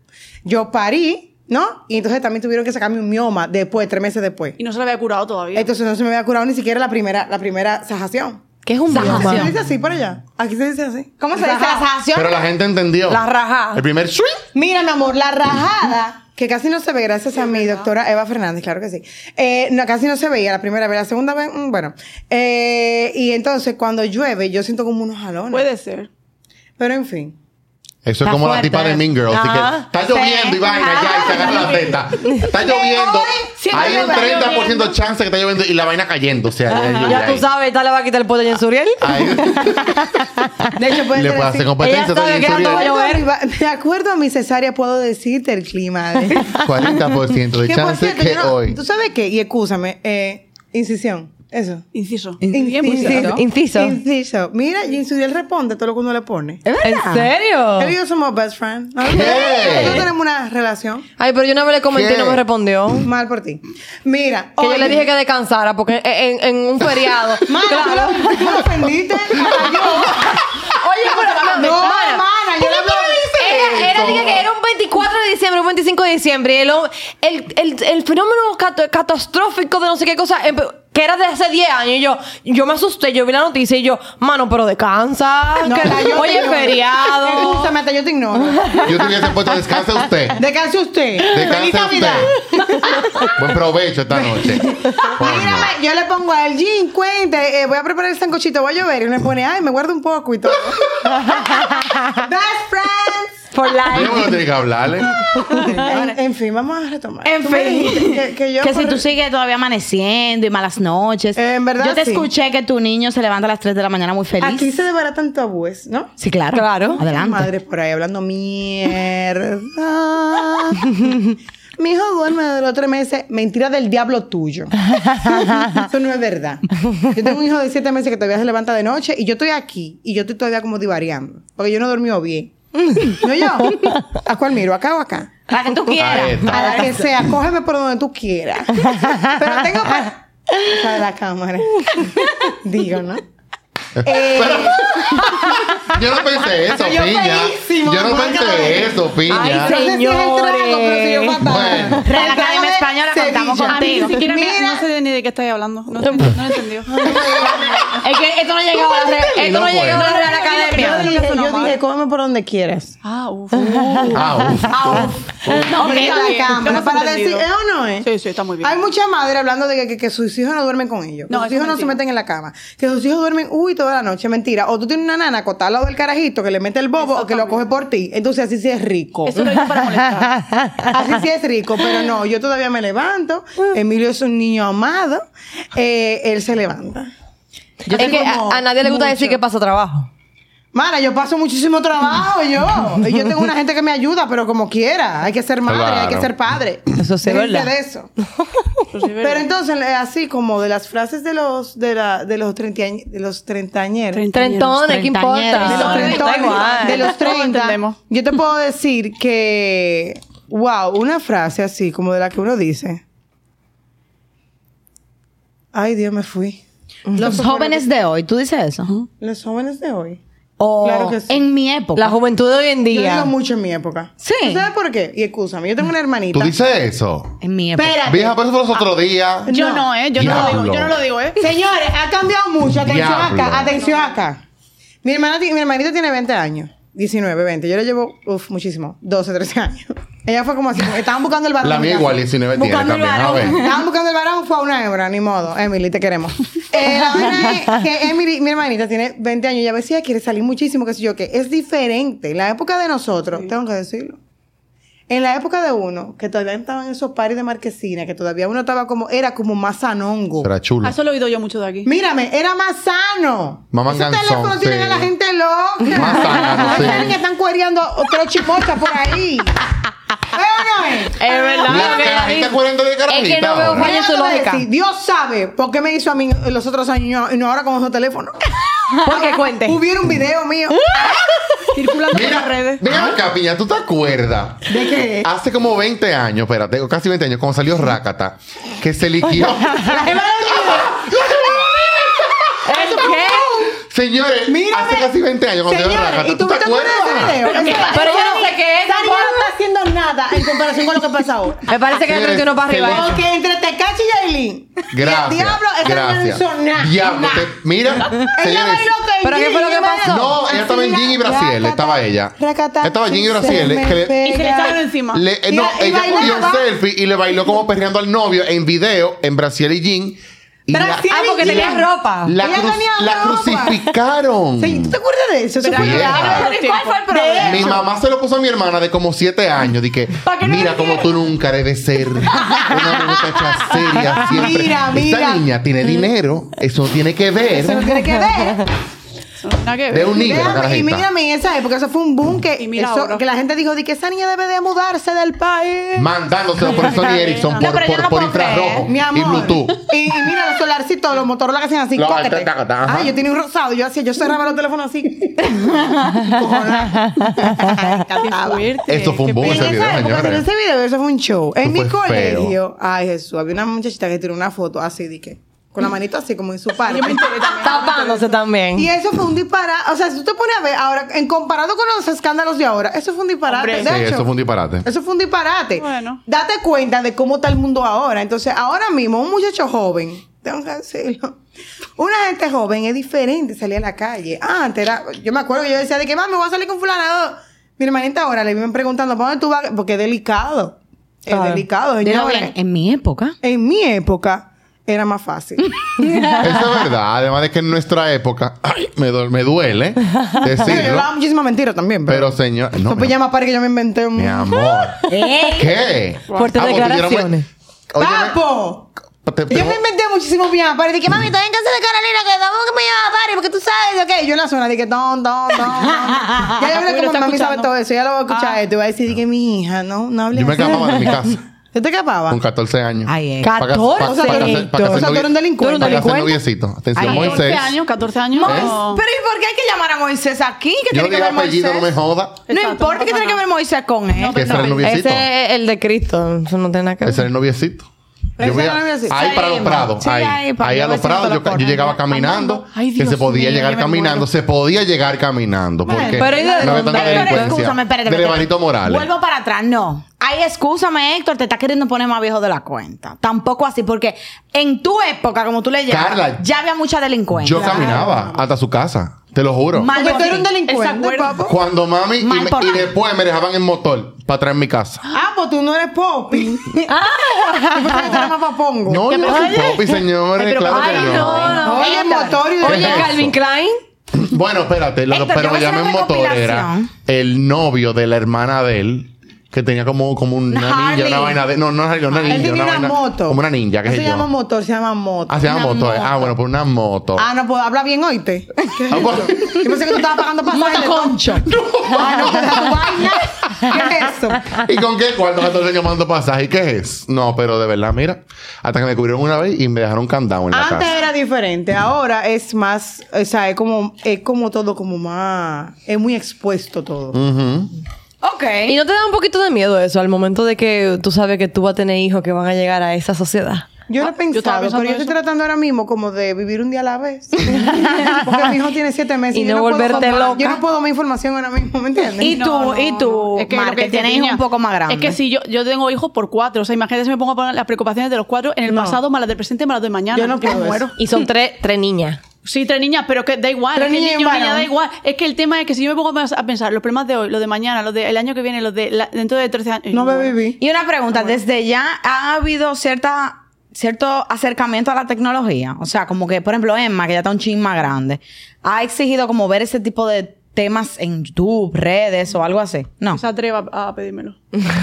S5: Yo parí, ¿no? Y entonces también tuvieron que sacarme un mioma después, tres meses después.
S6: Y no se la había curado todavía.
S5: Entonces no se me había curado ni siquiera la primera, la primera sajación.
S4: ¿Qué es un
S5: ¿Aquí se
S4: bajación?
S5: dice así por allá? Aquí se dice así.
S4: ¿Cómo se dice la sajación?
S3: Pero la gente entendió.
S5: La rajada.
S3: El primer swing.
S5: Mira, mi amor, la rajada, que casi no se ve, gracias a mi doctora Eva Fernández, claro que sí. Eh, no, casi no se veía la primera vez, la segunda vez, mm, bueno. Eh, y entonces, cuando llueve, yo siento como unos jalones.
S6: Puede ser.
S5: Pero en fin.
S3: Eso es
S4: Está
S3: como la
S4: fuerte.
S3: tipa de Mean Girls. así que
S4: Ajá.
S3: está lloviendo y vaina ya y se agarra la teta. Está lloviendo.
S6: siempre
S3: Hay un
S6: está
S3: 30% de
S6: lloviendo.
S3: chance que está lloviendo y la vaina cayendo. O sea, ya lluvia
S2: Ya tú
S3: ahí.
S2: sabes, tal le va a quitar el poder en Suriel.
S3: Ahí-
S5: De hecho, puede
S3: Le
S5: ser
S3: puede
S5: así.
S3: hacer competencia.
S2: Ella sabe
S3: también,
S2: que
S3: Suriel.
S2: no
S5: De acuerdo a mi va- De acuerdo a mi cesárea, puedo decirte el clima. de-
S3: 40% de
S5: Que, por
S3: chance
S5: cierto,
S3: que
S5: yo no-
S3: hoy.
S5: ¿Tú sabes qué? Y escúchame, eh, incisión, eso.
S6: Inciso.
S5: Inciso.
S6: Bien, pues, claro.
S2: Inciso.
S5: Inciso. Mira, y él responde todo lo que uno le pone.
S2: ¿En serio?
S5: Él y yo somos best friends. ¿no?
S3: ¿Qué?
S5: Nosotros tenemos una relación.
S2: Ay, pero yo una vez le comenté y no
S3: ¿Qué?
S2: me respondió.
S5: Mal por ti. Mira.
S2: Que yo
S5: oye,
S2: le dije que descansara porque en, en- en un feriado.
S5: Mana, tú
S2: claro.
S5: la- tú la ofendiste.
S2: Oye, pero
S5: No,
S2: mana,
S5: mana, yo
S2: ¿tú
S5: le
S2: no
S5: hablo-
S2: quieres decir? Era, era, dije que era un 24 de diciembre, un 25 de diciembre. Y el, hom- el, el, el fenómeno cat- catastrófico de no sé qué cosa, empe- que era de hace 10 años. Y yo, yo me asusté, yo vi la noticia y yo, mano, pero descansa.
S5: No,
S2: que-
S5: la- yo te
S2: oye,
S5: ignoro.
S2: feriado.
S5: Escúchame, hasta yo te ignoro.
S3: Yo te hubiese puesto descanse usted.
S5: Descanse usted. Feliz
S3: Descanse usted.
S5: Navidad.
S3: Buen provecho esta noche.
S5: Mira,
S3: Coño.
S5: yo le pongo a él, Jim, cuente, eh, voy a preparar el sancochito, voy a llover. Y uno le pone, ay, me guardo un poco y todo. Best friends.
S2: Por
S3: Yo
S2: la.
S3: me lo tengo que ¿eh? hablarle.
S5: En, en fin, vamos a retomar.
S4: En
S5: Tú me
S4: fin.
S5: dijiste Que, que yo
S4: Que si
S5: por-
S4: tú sigues todavía amaneciendo y malas noches.
S5: Eh, en verdad,
S4: Yo te
S5: sí.
S4: escuché que tu niño se levanta a las 3 de la mañana muy feliz.
S5: Aquí se desbaratan tabúes, ¿no?
S4: Sí, claro.
S2: Claro.
S4: Adelante.
S5: Madre por ahí hablando mierda. Mi hijo duerme de los tres meses. Mentira del diablo tuyo. Eso no es verdad. Yo tengo un hijo de siete meses que todavía se levanta de noche y yo estoy aquí y yo estoy todavía como divariando. Porque yo no he dormido bien. ¿No yo? ¿A cuál miro? ¿Acá o acá?
S4: La que tú
S3: Ahí
S4: quieras.
S3: está.
S5: A la que sea. Cógeme por donde tú quieras. Pero tengo para... de la cámara. Digo, ¿no? Eh,
S3: Yo no pensé eso,
S5: Yo
S3: piña.
S5: feísimo,
S3: yo no
S5: mamá, yo
S3: pensé
S5: me-
S3: eso,
S2: Ay,
S3: piña.
S5: No sé si es el trago, pero si yo
S2: Señores.
S5: fatal.
S4: Real
S3: Bueno.
S5: El trago
S4: Academia
S5: de
S4: Española,
S5: Sevilla.
S4: contamos
S6: A mí
S4: contigo.
S6: ni siquiera me-
S5: Mira.
S6: no sé ni de qué estáis hablando. No, te- no lo entendió.
S4: Es que esto no llega a la, Real- esto no
S3: No,
S4: llegó a la Real
S6: bueno.
S4: Academia.
S5: Yo dije, yo dije, cómeme por donde quieras.
S6: Ah, uff.
S3: Ah, uf.
S5: No,
S6: hombre, está bien. Yo no sé
S5: para decir,
S6: entendido.
S5: ¿eh o no es?
S6: Sí, sí, está muy bien.
S5: Hay mucha madre hablando de que, que- que sus hijos no duermen con ellos. Que
S6: No,
S5: sus
S6: eso
S5: hijos
S6: es
S5: no se
S6: mentira.
S5: meten en la cama. Que sus hijos duermen, uy, toda la noche. Mentira. O tú tienes una nana acotada al lado del carajito que le mete el bobo o que lo coge por ti. Entonces así sí es rico.
S6: eh, Eso lo hizo para molestar.
S5: Así sí es rico, pero no, yo todavía me me levanto. Emilio es un niño amado. Eh, él se levanta.
S2: es que a, a nadie le gusta decir que pasa trabajo.
S5: Mara, yo paso muchísimo trabajo yo. Yo tengo una gente que me ayuda, pero como quiera. Hay que ser madre, hay que
S3: Claro.
S5: ser padre.
S2: Eso sí es
S5: Déjense
S2: verdad.
S5: de eso.
S6: Pues sí,
S5: Pero
S6: ¿verdad?
S5: entonces, eh, así como de las frases de los de, la, de los treintañ- de los treintañeros.
S2: Trentones, ¿qué importa?
S4: treintañeros.
S5: de los
S2: Da igual.
S5: treintones, de los
S6: Todos
S5: 30,
S6: entendemos.
S5: yo te puedo decir que, wow, una frase así, como de la que uno dice. Ay, Dios, me fui.
S4: Los jóvenes de hoy, ¿tú dices eso?
S5: Los jóvenes de hoy.
S4: O
S5: Claro que sí.
S4: en mi época.
S2: La juventud de hoy en
S5: Yo
S2: día.
S5: digo mucho en mi época.
S4: Sí.
S5: ¿Tú ¿Sabes por qué? Y escúchame, yo tengo una hermanita.
S3: ¿Tú dices eso?
S4: en mi época.
S3: Vieja, pero eso fue los otros días.
S6: Yo
S5: No.
S6: no, ¿eh? Yo no lo digo, yo no lo digo, ¿eh?
S5: Señores, ha cambiado mucho. Atención
S3: Diablo.
S5: acá, atención acá. Mi, hermana, ti- mi hermanita tiene 20 años. 19, 20. Yo le llevo, uff, muchísimo. 12, 13 años. Ella fue como así. como- Estaban buscando el varón.
S3: La mía igual, 19 tiene
S2: Buscando el
S3: también. A ver.
S2: varón.
S5: Estaban buscando el varón, fue a una hembra, ni modo. Emily, te queremos. Eh, la verdad es que Emily, mi hermanita, tiene 20 años. Ella me decía, quiere salir muchísimo, qué sé yo, que es diferente. La época de nosotros, tengo que decirlo. En la época de uno, que todavía estaban esos pares de marquesina, que todavía uno estaba como, era como más sanongo.
S3: Será chulo.
S6: Ah, Eso lo he oído yo mucho de aquí.
S5: Mírame, era más sano.
S3: Mamá
S5: Esos
S3: Gansón,
S5: teléfonos
S3: sí.
S5: tienen a la gente loca.
S3: Más sano, sí.
S5: Saben que están cuereando otro chimocha por ahí. ¿Eh o no es?
S2: Es verdad.
S3: La
S2: lo que ella
S3: carajita
S2: dice.
S3: 40 de
S2: Es que
S3: carajita
S2: no veo
S3: ahora.
S2: falla en su
S5: Déjame
S2: lógica.
S5: decir, Dios sabe por qué me hizo a mí en los otros años y no- y no ahora con otro teléfono.
S2: Porque cuente.
S5: Hubiera un video mío.
S3: Ah,
S6: Circulando por las
S3: Mira,
S6: redes.
S3: mira acá, Piña, ¿tú te acuerdas?
S5: ¿De qué?
S3: Hace como 20 años, espérate, o casi 20 años, cuando salió Rakata, que se liquidó.
S2: ¿El qué?
S3: Señores,
S5: Mírame.
S3: hace casi 20 años cuando salió
S5: Señores,
S3: Rakata.
S5: ¿y tú
S3: ¿Tú te
S5: viste
S3: acuerdas?
S5: ese video? Ese-
S2: Pero yo no sé qué es.
S5: Sari no está haciendo nada en comparación con lo que pasa ahora.
S2: Me parece que es 31 para arriba.
S5: Porque entre Tecachi y Yailin.
S3: Gracias.
S5: y el diablo, esa niña no
S3: gracias.
S5: hizo nada.
S3: Diablo,
S5: Nada.
S3: te- mira,
S5: Ella
S3: señores.
S5: bailó con
S2: ¿Pero qué
S5: Jean
S2: fue lo que
S5: y bailó.
S2: pasó?
S3: No, ella estaba en Jean y Braciel,
S5: Racata,
S3: estaba ella.
S5: racata,
S3: Estaba Jean y
S5: se
S3: Braciel,
S5: me
S3: que le-
S5: pega.
S6: Y se le echaron encima.
S3: Le- eh,
S5: Y-
S3: no,
S5: y
S3: ella cogió un
S5: bailaba.
S3: selfie y le bailó como perreando al novio en video en Brasil y Jean. Y la,
S5: Braciel
S2: Ah, porque
S5: y
S2: tenía
S5: Jean.
S2: ropa.
S3: la
S5: Ella
S3: cru-
S5: tenía
S3: la
S5: ropa.
S3: crucificaron.
S5: Sí, ¿Tú te acuerdas de eso? Eso
S6: Pero
S5: fue
S3: Bien.
S5: grave.
S6: ahora-
S2: Pero, ¿y ¿Cuál fue el problema?
S3: Mi mamá se lo puso a mi hermana de como siete años. Dije,
S6: ¿Pa' qué no
S3: mira
S6: me
S3: como tú nunca debes ser una muchacha seria siempre.
S5: Mira, mira.
S3: Esta niña tiene dinero, eso tiene que ver.
S5: Eso no tiene que ver.
S6: Nada que
S3: De
S6: ver.
S3: un niño, la
S5: Déjame- y
S3: carajita.
S5: mírame en esa época, eso fue un boom que,
S6: Y mira
S5: eso-
S6: ahora.
S5: que la gente dijo de que esa niña debe de mudarse del país.
S3: Mandándoselo por Sony Ericsson,
S5: No,
S3: por,
S5: pero yo
S3: por,
S5: no
S3: por
S5: puedo creer,
S3: infrarrojo
S5: Mi
S3: y
S5: amor.
S3: Bluetooth.
S5: Y, y mira los solarcitos, los Motorola que hacían así,
S3: Los-
S5: cóquete.
S3: taca, taca, ajá.
S5: Ay, yo tenía un rosado, yo hacía, yo cerraba los teléfonos así.
S6: Qué fuerte.
S3: Eso fue un
S6: Qué
S3: boom
S5: en
S3: ese
S5: esa
S3: video,
S5: época, en
S3: señores.
S5: ese video, eso fue un show. En
S3: Eso fue
S5: mi
S3: feo.
S5: colegio, ay Jesús, había una muchachita que tiró una foto así, de que, con la manito así, como en su parte.
S2: Tapándose también.
S5: Y eso fue un disparate. O sea, si tú te pones a ver ahora, en comparado con los escándalos de ahora, eso fue un disparate.
S6: Hombre.
S5: de
S3: Sí,
S5: hecho.
S3: eso fue un disparate.
S5: Eso fue un disparate.
S6: Bueno.
S5: Date cuenta de cómo está el mundo ahora. Entonces, ahora mismo, un muchacho joven, tengo que decirlo, una gente joven es diferente salir a la calle. Antes era, yo me acuerdo que yo decía de que, mami, voy a salir con fulanado. Mi hermanita ahora le viven preguntando, ¿para dónde tú vas? Porque es delicado. Es
S2: Claro.
S5: delicado,
S4: Dilo
S5: señores.
S4: bien, en mi época.
S5: En mi época, era más fácil.
S3: Eso es verdad. Además de que en nuestra época, ay, me, duele, me duele
S5: Bueno, yo
S3: decirlo.
S5: hablaba muchísimas mentiras también.
S3: pero señor, no,
S5: Son
S3: mi,
S5: pijamas para que yo me inventé un...
S3: mi amor. Eh. ¿Qué? Ah,
S2: Fuertes
S3: vos tuvieras-
S2: declaraciones.
S3: Oye,
S5: ¡Papo!
S3: me- te- te-
S5: Yo me inventé muchísimo pijamas para de que mami, estoy en casa de Carolina, que vamos que me lleva a party, porque tú sabes, ok. Yo en la zona de que don, don, don. don. Ya yo hablé
S6: Uy, lo
S5: como
S6: está
S5: mami sabe
S6: escuchando.
S5: todo eso, ya lo voy a escuchar esto. Y va a decir de que mi hija, no, no hable
S3: Ah. Yo me
S5: así.
S3: escapaba de mi casa
S5: ¿Tú te escapabas?
S3: con 14 años.
S4: Ay, eh.
S3: Pa' ca- pa- pa-
S5: O sea,
S3: pa'
S5: tú
S3: ca-
S5: eres-
S3: pa' ca-
S5: o sea, tú eres un
S3: novie-
S5: delincuente.
S3: Para hacer noviecito. Atención,
S4: Ay,
S3: Moisés.
S6: 14 años, 14 años. no.
S4: Pero ¿y por qué hay que llamar a Moisés aquí? ¿Qué
S3: Yo
S4: tiene que
S3: dije
S4: ver
S3: apellido,
S4: Moisés?
S3: no me joda.
S4: No
S6: Exacto,
S4: importa
S6: no
S4: que
S6: pasa
S4: tiene que
S6: nada.
S4: ver Moisés con él.
S5: pues
S3: Que ese era el noviecito.
S2: Ese
S3: Ese
S2: es el de Cristo. Eso no tiene nada que
S3: era
S2: ver.
S3: el noviecito.
S5: Ese
S3: Yo voy
S5: era el
S3: a-
S5: noviecito.
S3: ahí para los prados,
S4: Sí, ahí
S3: ahí,
S4: para
S3: ahí a los
S4: noviecito
S3: prados,
S4: lo
S3: yo, yo
S4: corren.
S3: llegaba caminando,
S6: Ay,
S3: que se
S6: Dios
S3: podía
S6: mío,
S3: llegar
S6: ya me
S3: caminando,
S6: muero.
S3: se podía llegar caminando, porque
S2: pero ¿y de
S3: no había
S2: dónde?
S3: tanta
S4: Pero
S3: delincuencia.
S4: escúchame, espérate.
S3: Del
S4: espérate.
S3: Evanito Morales.
S4: Vuelvo para atrás. No. Ay, escúchame, Héctor, te estás queriendo poner más viejo de la cuenta. Tampoco así, porque en tu época, como tú le llamas,
S3: Carla,
S4: ya había mucha delincuencia.
S3: Yo caminaba hasta su casa, te lo juro.
S4: Mal
S5: Porque tú
S4: por
S5: eres un
S4: ti.
S6: Él se
S5: delincuente,
S6: acuerda.
S5: papo.
S3: Cuando mami y,
S4: Mal
S3: me-
S4: por
S3: y
S4: mal.
S3: después me dejaban en motor para atrás en mi casa.
S5: Ah, pues tú no eres popi. Ah, tú eres más papongo.
S3: No, yo no soy popi, señores,
S6: Ay, pero-
S3: claro que
S6: Ay,
S3: no.
S2: no.
S5: Oye, motor y de
S2: Oye,
S3: ¿Qué es
S2: Calvin
S3: eso?
S2: Klein.
S3: Bueno, espérate, lo-
S4: Héctor,
S3: pero
S4: yo voy
S3: me
S4: a hacer
S3: llamé
S4: una
S3: motor era
S4: recopilación.
S3: el novio de la hermana de él que tenía como, como una
S4: Una
S3: ninja, una
S4: Harley.
S3: vaina de. No, no Harley, una ninja.
S5: Ah, Él tenía una,
S3: vaina-
S5: moto.
S3: Como una ninja, que
S5: No
S3: sé
S5: se llama
S3: yo.
S5: motor, se llama moto.
S3: Ah, se llama
S4: Una
S3: moto. eh. Ah,
S4: moto.
S3: bueno, por una moto.
S5: Ah, no puedo habla bien, oíste.
S3: Ah, bueno.
S5: Yo pensé que tú estabas pagando pasaje.
S4: Motoconcho.
S5: Ah, no, te da tu vaina. ¿Qué es eso?
S3: ¿Y con qué cuarto me estoy llamando pasaje? ¿Y qué es? No, pero de verdad, mira. Hasta que me cubrieron una vez y me dejaron candado en la
S5: Antes
S3: casa.
S5: era diferente, ahora es más, o sea, es como, es como todo como más, es muy expuesto todo.
S3: Ujú.
S4: Ok.
S2: ¿Y no te da un poquito de miedo eso al momento de que tú sabes que tú vas a tener hijos que van a llegar a esa sociedad?
S5: Yo lo he
S6: Ah, yo
S5: pensado, pero
S6: estaba pensando
S5: yo estoy
S6: eso.
S5: tratando ahora mismo como de vivir un día a la vez. Porque mi hijo tiene siete meses
S2: Y
S5: yo
S2: no
S5: puedo
S2: volverte
S5: contar-
S2: loca.
S5: Yo no puedo dar información ahora mismo, ¿me entiendes?
S4: Y tú,
S6: No, no,
S4: y tú,
S6: no. Es que
S4: Mar,
S6: lo
S4: que,
S6: dice
S4: tienes
S6: Tiña,
S4: un poco más grande.
S6: Es que si yo, yo tengo hijos por cuatro, o sea, imagínate si me pongo a poner las preocupaciones de los cuatro en el
S5: No.
S6: pasado, más las del presente, más las del mañana.
S5: Yo no puedo eso.
S6: muero.
S2: Y son tres, tres niñas.
S6: Sí, tres niñas, pero que da igual.
S5: Tres
S6: es que
S5: niñas y un
S6: niño, niña,
S5: varón.
S6: da igual. Es que el tema es que si yo me pongo más a pensar los problemas de hoy, los de mañana, los del año que viene, los de la- dentro de 13 años.
S5: no me
S6: me
S5: viví.
S4: Y una pregunta, desde ya ha habido cierta cierto acercamiento a la tecnología, o sea, como que por ejemplo Emma, que ya está un chin más grande, ha exigido como ver ese tipo de temas en YouTube, redes o algo así. No.
S6: Se atreva a pedírmelo.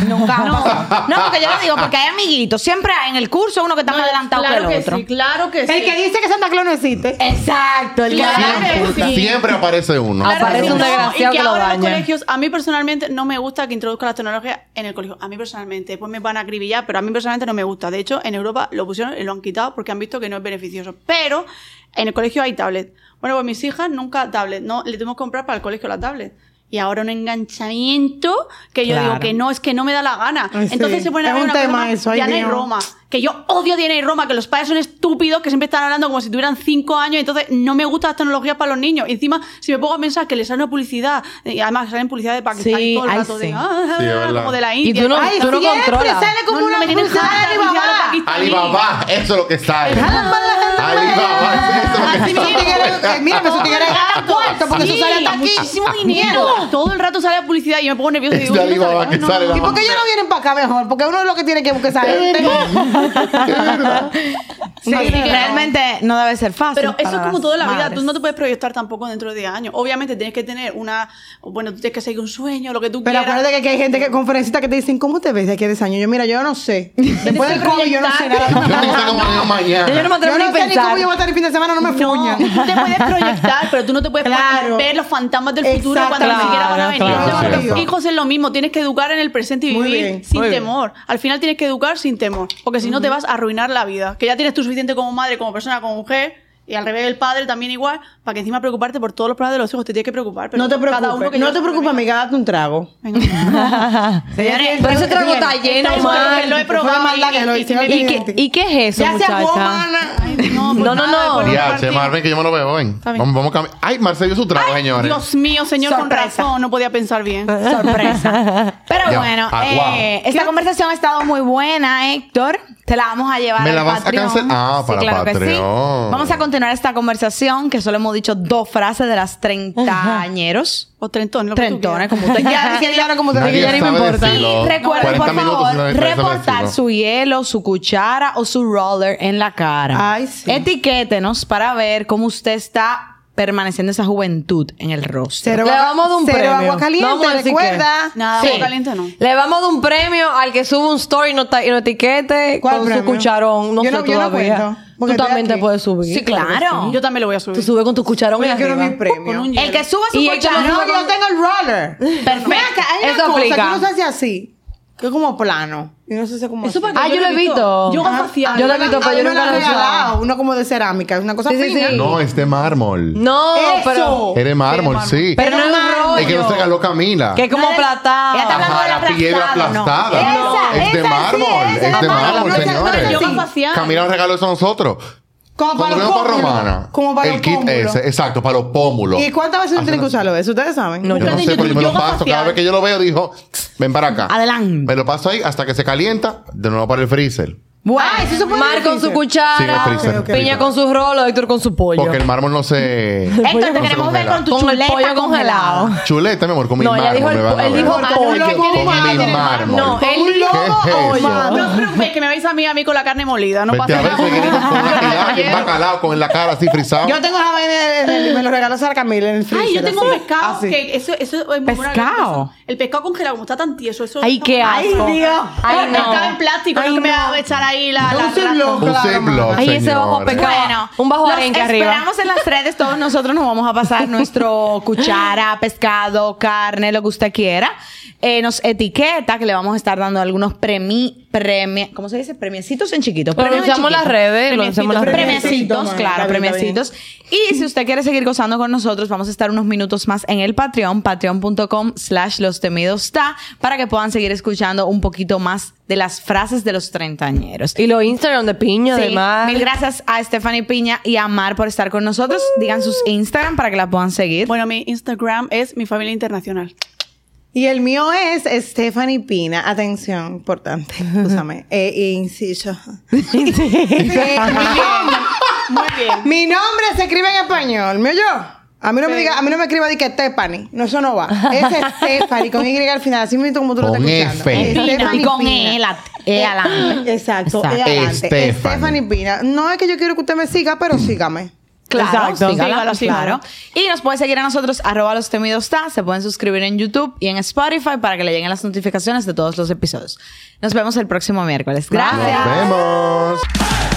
S4: Nunca. No. no, porque yo lo digo porque hay amiguitos, siempre hay en el curso uno que está más adelantado
S6: claro
S4: que el otro.
S6: sí, claro que sí.
S5: El que dice que Santa Claus no existe.
S4: Exacto, el
S6: Claro
S4: galán.
S6: que sí.
S3: Siempre aparece uno.
S2: Aparece
S6: Claro que sí.
S2: un
S6: No,
S2: desgraciado
S6: y
S2: que
S6: que
S2: lo
S6: ahora en los
S2: daña.
S6: colegios, a mí personalmente no me gusta que introduzcan las tecnologías en el colegio. A mí personalmente, pues me van a acribillar, pero a mí personalmente no me gusta. De hecho, en Europa lo pusieron y lo han quitado porque han visto que no es beneficioso. Pero en el colegio hay tablet. Bueno, pues mis hijas nunca tablet, no le tuvimos que comprar para el colegio la tablet. Y ahora un enganchamiento que yo
S4: Claro.
S6: digo que no, es que no me da la gana.
S5: Ay, sí.
S6: Entonces se ponen a
S5: Es
S6: ver
S5: un
S6: una
S5: tema
S6: broma,
S5: eso, ay,
S6: Diana y
S5: Dios.
S6: Roma. Que yo odio Diana y Roma, que los padres son estúpidos, que siempre están hablando como si tuvieran cinco años, entonces no me gustan las tecnologías para los niños. Y encima, si me pongo a pensar que les salen una publicidad, y además salen publicidad de Pakistán
S4: Sí,
S6: y todo el
S4: ay,
S6: rato, de,
S4: sí.
S6: ah,
S3: Sí, es verdad.
S6: como de la
S2: Y
S6: India.
S2: tú no-
S6: Ay,
S2: tú no
S5: siempre
S2: controlas.
S5: sale como
S6: no,
S5: una
S6: no, me tienes que
S5: cruzada
S6: sacar
S5: de
S6: la publicidad
S5: Alibaba.
S6: de Pakistán.
S3: Alibaba, eso es lo que sale. Alibaba, eso es lo
S5: Así
S3: que
S5: mismo
S3: sale.
S5: tigre- eh, Mira, que su tigre gana cuarto porque
S6: Sí,
S5: eso sale hasta aquí.
S6: muchísimo dinero. Todo el rato sale la publicidad y yo me pongo nervioso y
S3: Es
S6: digo,
S3: de
S6: "Uy, no,
S3: Alibaba
S6: no,
S3: que
S6: no,
S3: sale
S6: no".
S3: la
S5: ¿Y por qué ellos no vienen para acá mejor? Porque uno es lo que tiene que buscar es
S4: Sí, realmente no debe ser fácil.
S6: Pero eso
S4: para
S6: es como
S4: las
S6: toda la vida,
S4: madres.
S6: tú no te puedes proyectar tampoco dentro de 10 años. Obviamente tienes que tener una, bueno, tú tienes que seguir un sueño, lo que tú
S5: Pero
S6: quieras.
S5: acuérdate que aquí hay gente que conferencista que te dicen, ¿cómo te ves de aquí a 10 años? Yo, mira, yo no sé. Después del COVID, yo no sé
S3: Yo no
S5: nada.
S3: sé cómo digo
S2: Ya yo no
S3: mañana.
S2: me atrevo
S5: Yo
S2: ni
S5: no
S2: a
S5: sé ni
S2: pensar.
S5: cómo yo voy a estar el fin de semana, no me
S6: No,
S5: fuñan.
S6: tú te puedes proyectar, pero tú no te puedes
S5: Claro.
S6: ver los fantasmas del
S5: Exacto.
S6: futuro cuando ni siquiera van a
S2: Claro,
S6: venir.
S2: claro,
S6: Entonces,
S3: claro.
S6: los hijos es lo mismo, tienes que educar en el presente y
S5: Muy
S6: vivir
S5: bien,
S6: sin
S5: muy bien.
S6: temor. Al final tienes que educar sin temor, porque si no te vas a arruinar la vida. Que ya tienes tú suficiente como madre, como persona, como mujer. Y al revés el padre también igual, para que encima preocuparte por todos los problemas de los hijos, te tienes que preocupar. Pero
S5: No te
S6: cada uno que
S5: preocupes, no
S6: lleve
S5: te
S6: su
S5: preocupes,
S6: problema.
S5: amiga, date un trago.
S4: Señores,
S2: Pero ese trago
S5: Bien.
S2: está lleno,
S6: Está
S2: man.
S6: igual, lo he
S5: Fue la
S6: probado
S5: maldad
S6: y-
S5: que lo
S6: y-
S5: hicieron
S6: y-
S5: aquí.
S2: ¿Y qué, ¿Y qué es eso,
S5: Ya se
S2: muchacha?
S5: ahogó, mana.
S6: Ay, No, pues
S2: No, no,
S6: nada,
S2: no.
S6: después vamos a
S3: Ya, che,
S6: partir.
S3: Marvin, que yo me lo veo, ven.
S6: bien.
S3: Vamos, vamos a cambiar. Ay, Marcel dio su trago, señores.
S6: Dios mío, señor,
S4: Sorpresa.
S6: con razón, no podía pensar bien.
S2: Eh.
S4: Sorpresa. Pero
S3: Ya, Ah,
S4: bueno,
S3: aguado.
S4: eh, esta conversación ha estado muy buena, Héctor. Te la vamos a llevar
S3: ¿Me la
S4: al
S3: vas a
S4: Patreon.
S3: cancelar? Ah, para
S4: que
S3: Patreon.
S4: Vamos a continuar esta conversación, que solo hemos dicho dos frases de las treintañeros.
S6: O trentón, lo que tú
S4: Trentones,
S6: quieras.
S4: como usted
S5: Ya,
S4: quiera.
S5: que ahora como te
S3: Nadie
S5: dije, ya ni me
S3: sabe
S5: importa.
S3: decirlo.
S4: Y recuerden,
S3: 40
S4: por
S3: Oh. minutos
S4: favor,
S3: sin nadie- nadie sabe
S4: reportar
S3: decirlo.
S4: su hielo, su cuchara o su roller en la cara.
S5: Ay, sí.
S4: Etiquétenos para ver cómo usted está permaneciendo esa juventud en el rostro.
S5: Cero
S2: Le
S5: agua-
S2: vamos a dar un
S5: cero
S2: premio.
S5: agua
S2: No vamos a
S5: caliente,
S2: decir
S5: recuerda.
S6: Nada,
S2: Sí.
S6: agua caliente no.
S2: Le vamos a dar un premio al que suba un story y no, ta- y no etiquete
S5: ¿Cuál
S2: con su
S5: premio?
S2: cucharón. No
S5: Yo
S2: sé
S5: no- yo no
S2: todavía.
S5: cuento,
S2: Tú
S5: porque estoy
S2: también te
S5: aquí.
S2: puedes subir.
S4: Sí, claro.
S6: Yo también lo voy a subir.
S2: Tú subes con tu cucharón y
S5: Yo quiero mi
S2: arriba.
S5: premio.
S6: un
S4: El que suba su
S2: Y el que
S4: cuchara.
S5: No, yo tengo el roller.
S4: Perfecto.
S5: Ven acá, hay
S2: Eso
S5: una cosa
S2: aplica.
S5: que no se hace así. Que es como plano. Y no se hace como así.
S2: Ah, yo lo he visto.
S6: Yo
S5: Ah,
S6: facial.
S5: ah,
S2: Yo lo he
S5: me
S2: visto,
S5: la-
S2: pero yo
S5: me la
S2: nunca lo he usado.
S5: regalado, Uno como de cerámica, es una cosa
S2: Sí, sí,
S5: fina.
S2: sí.
S3: No, es de mármol.
S2: No,
S5: Eso.
S2: pero.
S3: Eres mármol, sí.
S2: Pero no es un
S5: Pero
S3: Es que
S2: rollo.
S3: nos regaló Camila.
S2: Que es como platado.
S4: Ella está hablando
S3: Ajá,
S4: del
S3: la piedra
S4: aplastado, ¿no?
S3: aplastada.
S5: Esa,
S3: es de
S5: esa sí,
S3: mármol.
S5: esa,
S3: es de
S5: no,
S3: mármol,
S5: no, no,
S3: señores.
S5: no, no,
S6: yoga facial.
S3: Camila nos regaló eso a nosotros.
S5: Como para
S3: Cuando
S5: los
S3: fuimos para
S5: pómulos.
S3: Romana.
S5: Como para
S3: el
S5: los
S3: kit
S5: pómulos.
S3: ese, exacto, para los pómulos.
S5: ¿Y cuántas veces uno tiene que usarlo eso? Ustedes saben.
S3: Yo no
S6: Nunca
S3: sé,
S6: te-
S3: pero yo me lo
S6: yoga
S3: paso. Cada
S6: facial.
S3: vez que yo lo veo, dijo, ven para acá.
S4: Adelante.
S3: Me lo paso ahí hasta que se calienta, de nuevo para el freezer.
S5: Ah, eso se puede
S2: Mar con
S5: decir.
S2: su cuchara.
S3: Sí, en el freezer.
S5: ok.
S2: Piña con su rolo, Héctor con su pollo.
S3: Porque el mármol no se.
S4: Héctor, te
S3: no se
S4: queremos ver
S3: congela.
S4: con tu
S2: Con el
S4: chuleta
S2: pollo congelado.
S3: Chuleta, mi amor, con mi
S2: No, ella
S3: mármol.
S2: dijo el
S3: me van
S2: po-
S3: a
S2: él
S3: ver.
S2: dijo
S5: pollo,
S3: Con
S5: que tiene
S3: mi
S5: mármol.
S3: mármol.
S2: No,
S3: ¿Qué
S2: él dijo
S3: es eso?
S6: No os preocupéis, que me vais a mí a mí con la carne molida, no
S3: Vete
S6: pasa
S3: a ver,
S6: nada.
S3: seguidito, con una tirada, que va a embalado, con la cara así frisado.
S5: Yo tengo la vaina en el- me lo regaló Sara Camila en el freezer.
S6: Ay, yo tengo un
S5: así,
S6: pescado
S5: así.
S6: que eso, eso es muy bueno,
S4: ¿Pescado?
S6: eso. El pescado congelado, como está tan tieso, eso.
S2: Ay, qué
S5: Ay,
S2: asco.
S5: Dios.
S2: Ay, no.
S6: Pescado en plástico,
S2: Ay,
S6: no. que me
S2: no.
S6: va a echar ahí la.
S5: Yo
S6: la
S5: uso el
S6: raja.
S5: blog.
S3: un
S5: claro,
S3: ziplock,
S5: mamá.
S2: Ay, ese ojo
S3: señores.
S2: pecado.
S4: Bueno,
S2: Un bajo
S4: los
S2: arenque arriba.
S4: Esperamos en las redes, todos nosotros nos vamos a pasar nuestro cuchara, pescado, carne, lo que usted quiera. Eh, nos etiqueta que le vamos a estar dando algunos premi, premi, ¿cómo se dice? Premiecitos en chiquito.
S2: Lo
S4: premios en
S2: anunciamos en las
S4: chiquito.
S2: redes, lo anunciamos en las
S5: Premiecitos,
S4: Premiecitos,
S2: redes.
S5: Premiecitos, man,
S4: claro,
S5: está bien, está
S4: premiecitos. Y si usted quiere seguir gozando con nosotros, vamos a estar unos minutos más en el Patreon, patreon.com slash los temidos está, para que puedan seguir escuchando un poquito más de las frases de los treintañeros.
S2: Y los Instagram de piña,
S4: Sí,
S2: además.
S4: Mil gracias a Stephanie Piña y a Mar por estar con nosotros. Digan sus Instagram para que la puedan seguir.
S6: Bueno, mi Instagram es mi familia internacional.
S5: Y el mío es Stephanie Pina. Atención, importante. Úsame. Eh, inciso. Eh,
S6: Muy bien.
S5: Mi nombre se escribe en español, ¿me oyó? A mí no me diga, a mí no me escriba de que Stephanie, no eso no va. Es Stephanie con Y al final, así mismo como tú lo
S3: Con
S5: estás escuchando.
S3: F.
S5: Es Stephany Pina.
S4: E
S5: Eh, Exacto,
S4: Exacto.
S5: E adelante.
S3: Stephanie.
S5: Stephanie Pina. No es que yo quiero que usted me siga, pero sígame.
S4: Claro,
S6: Exacto.
S4: sígala,
S6: Sígalo, sígalo.
S4: claro. Y nos puede seguir a nosotros, arroba los temidos ta. Se pueden suscribir en YouTube y en Spotify para que le lleguen las notificaciones de todos los episodios. Nos vemos el próximo miércoles. Gracias.
S3: Nos vemos.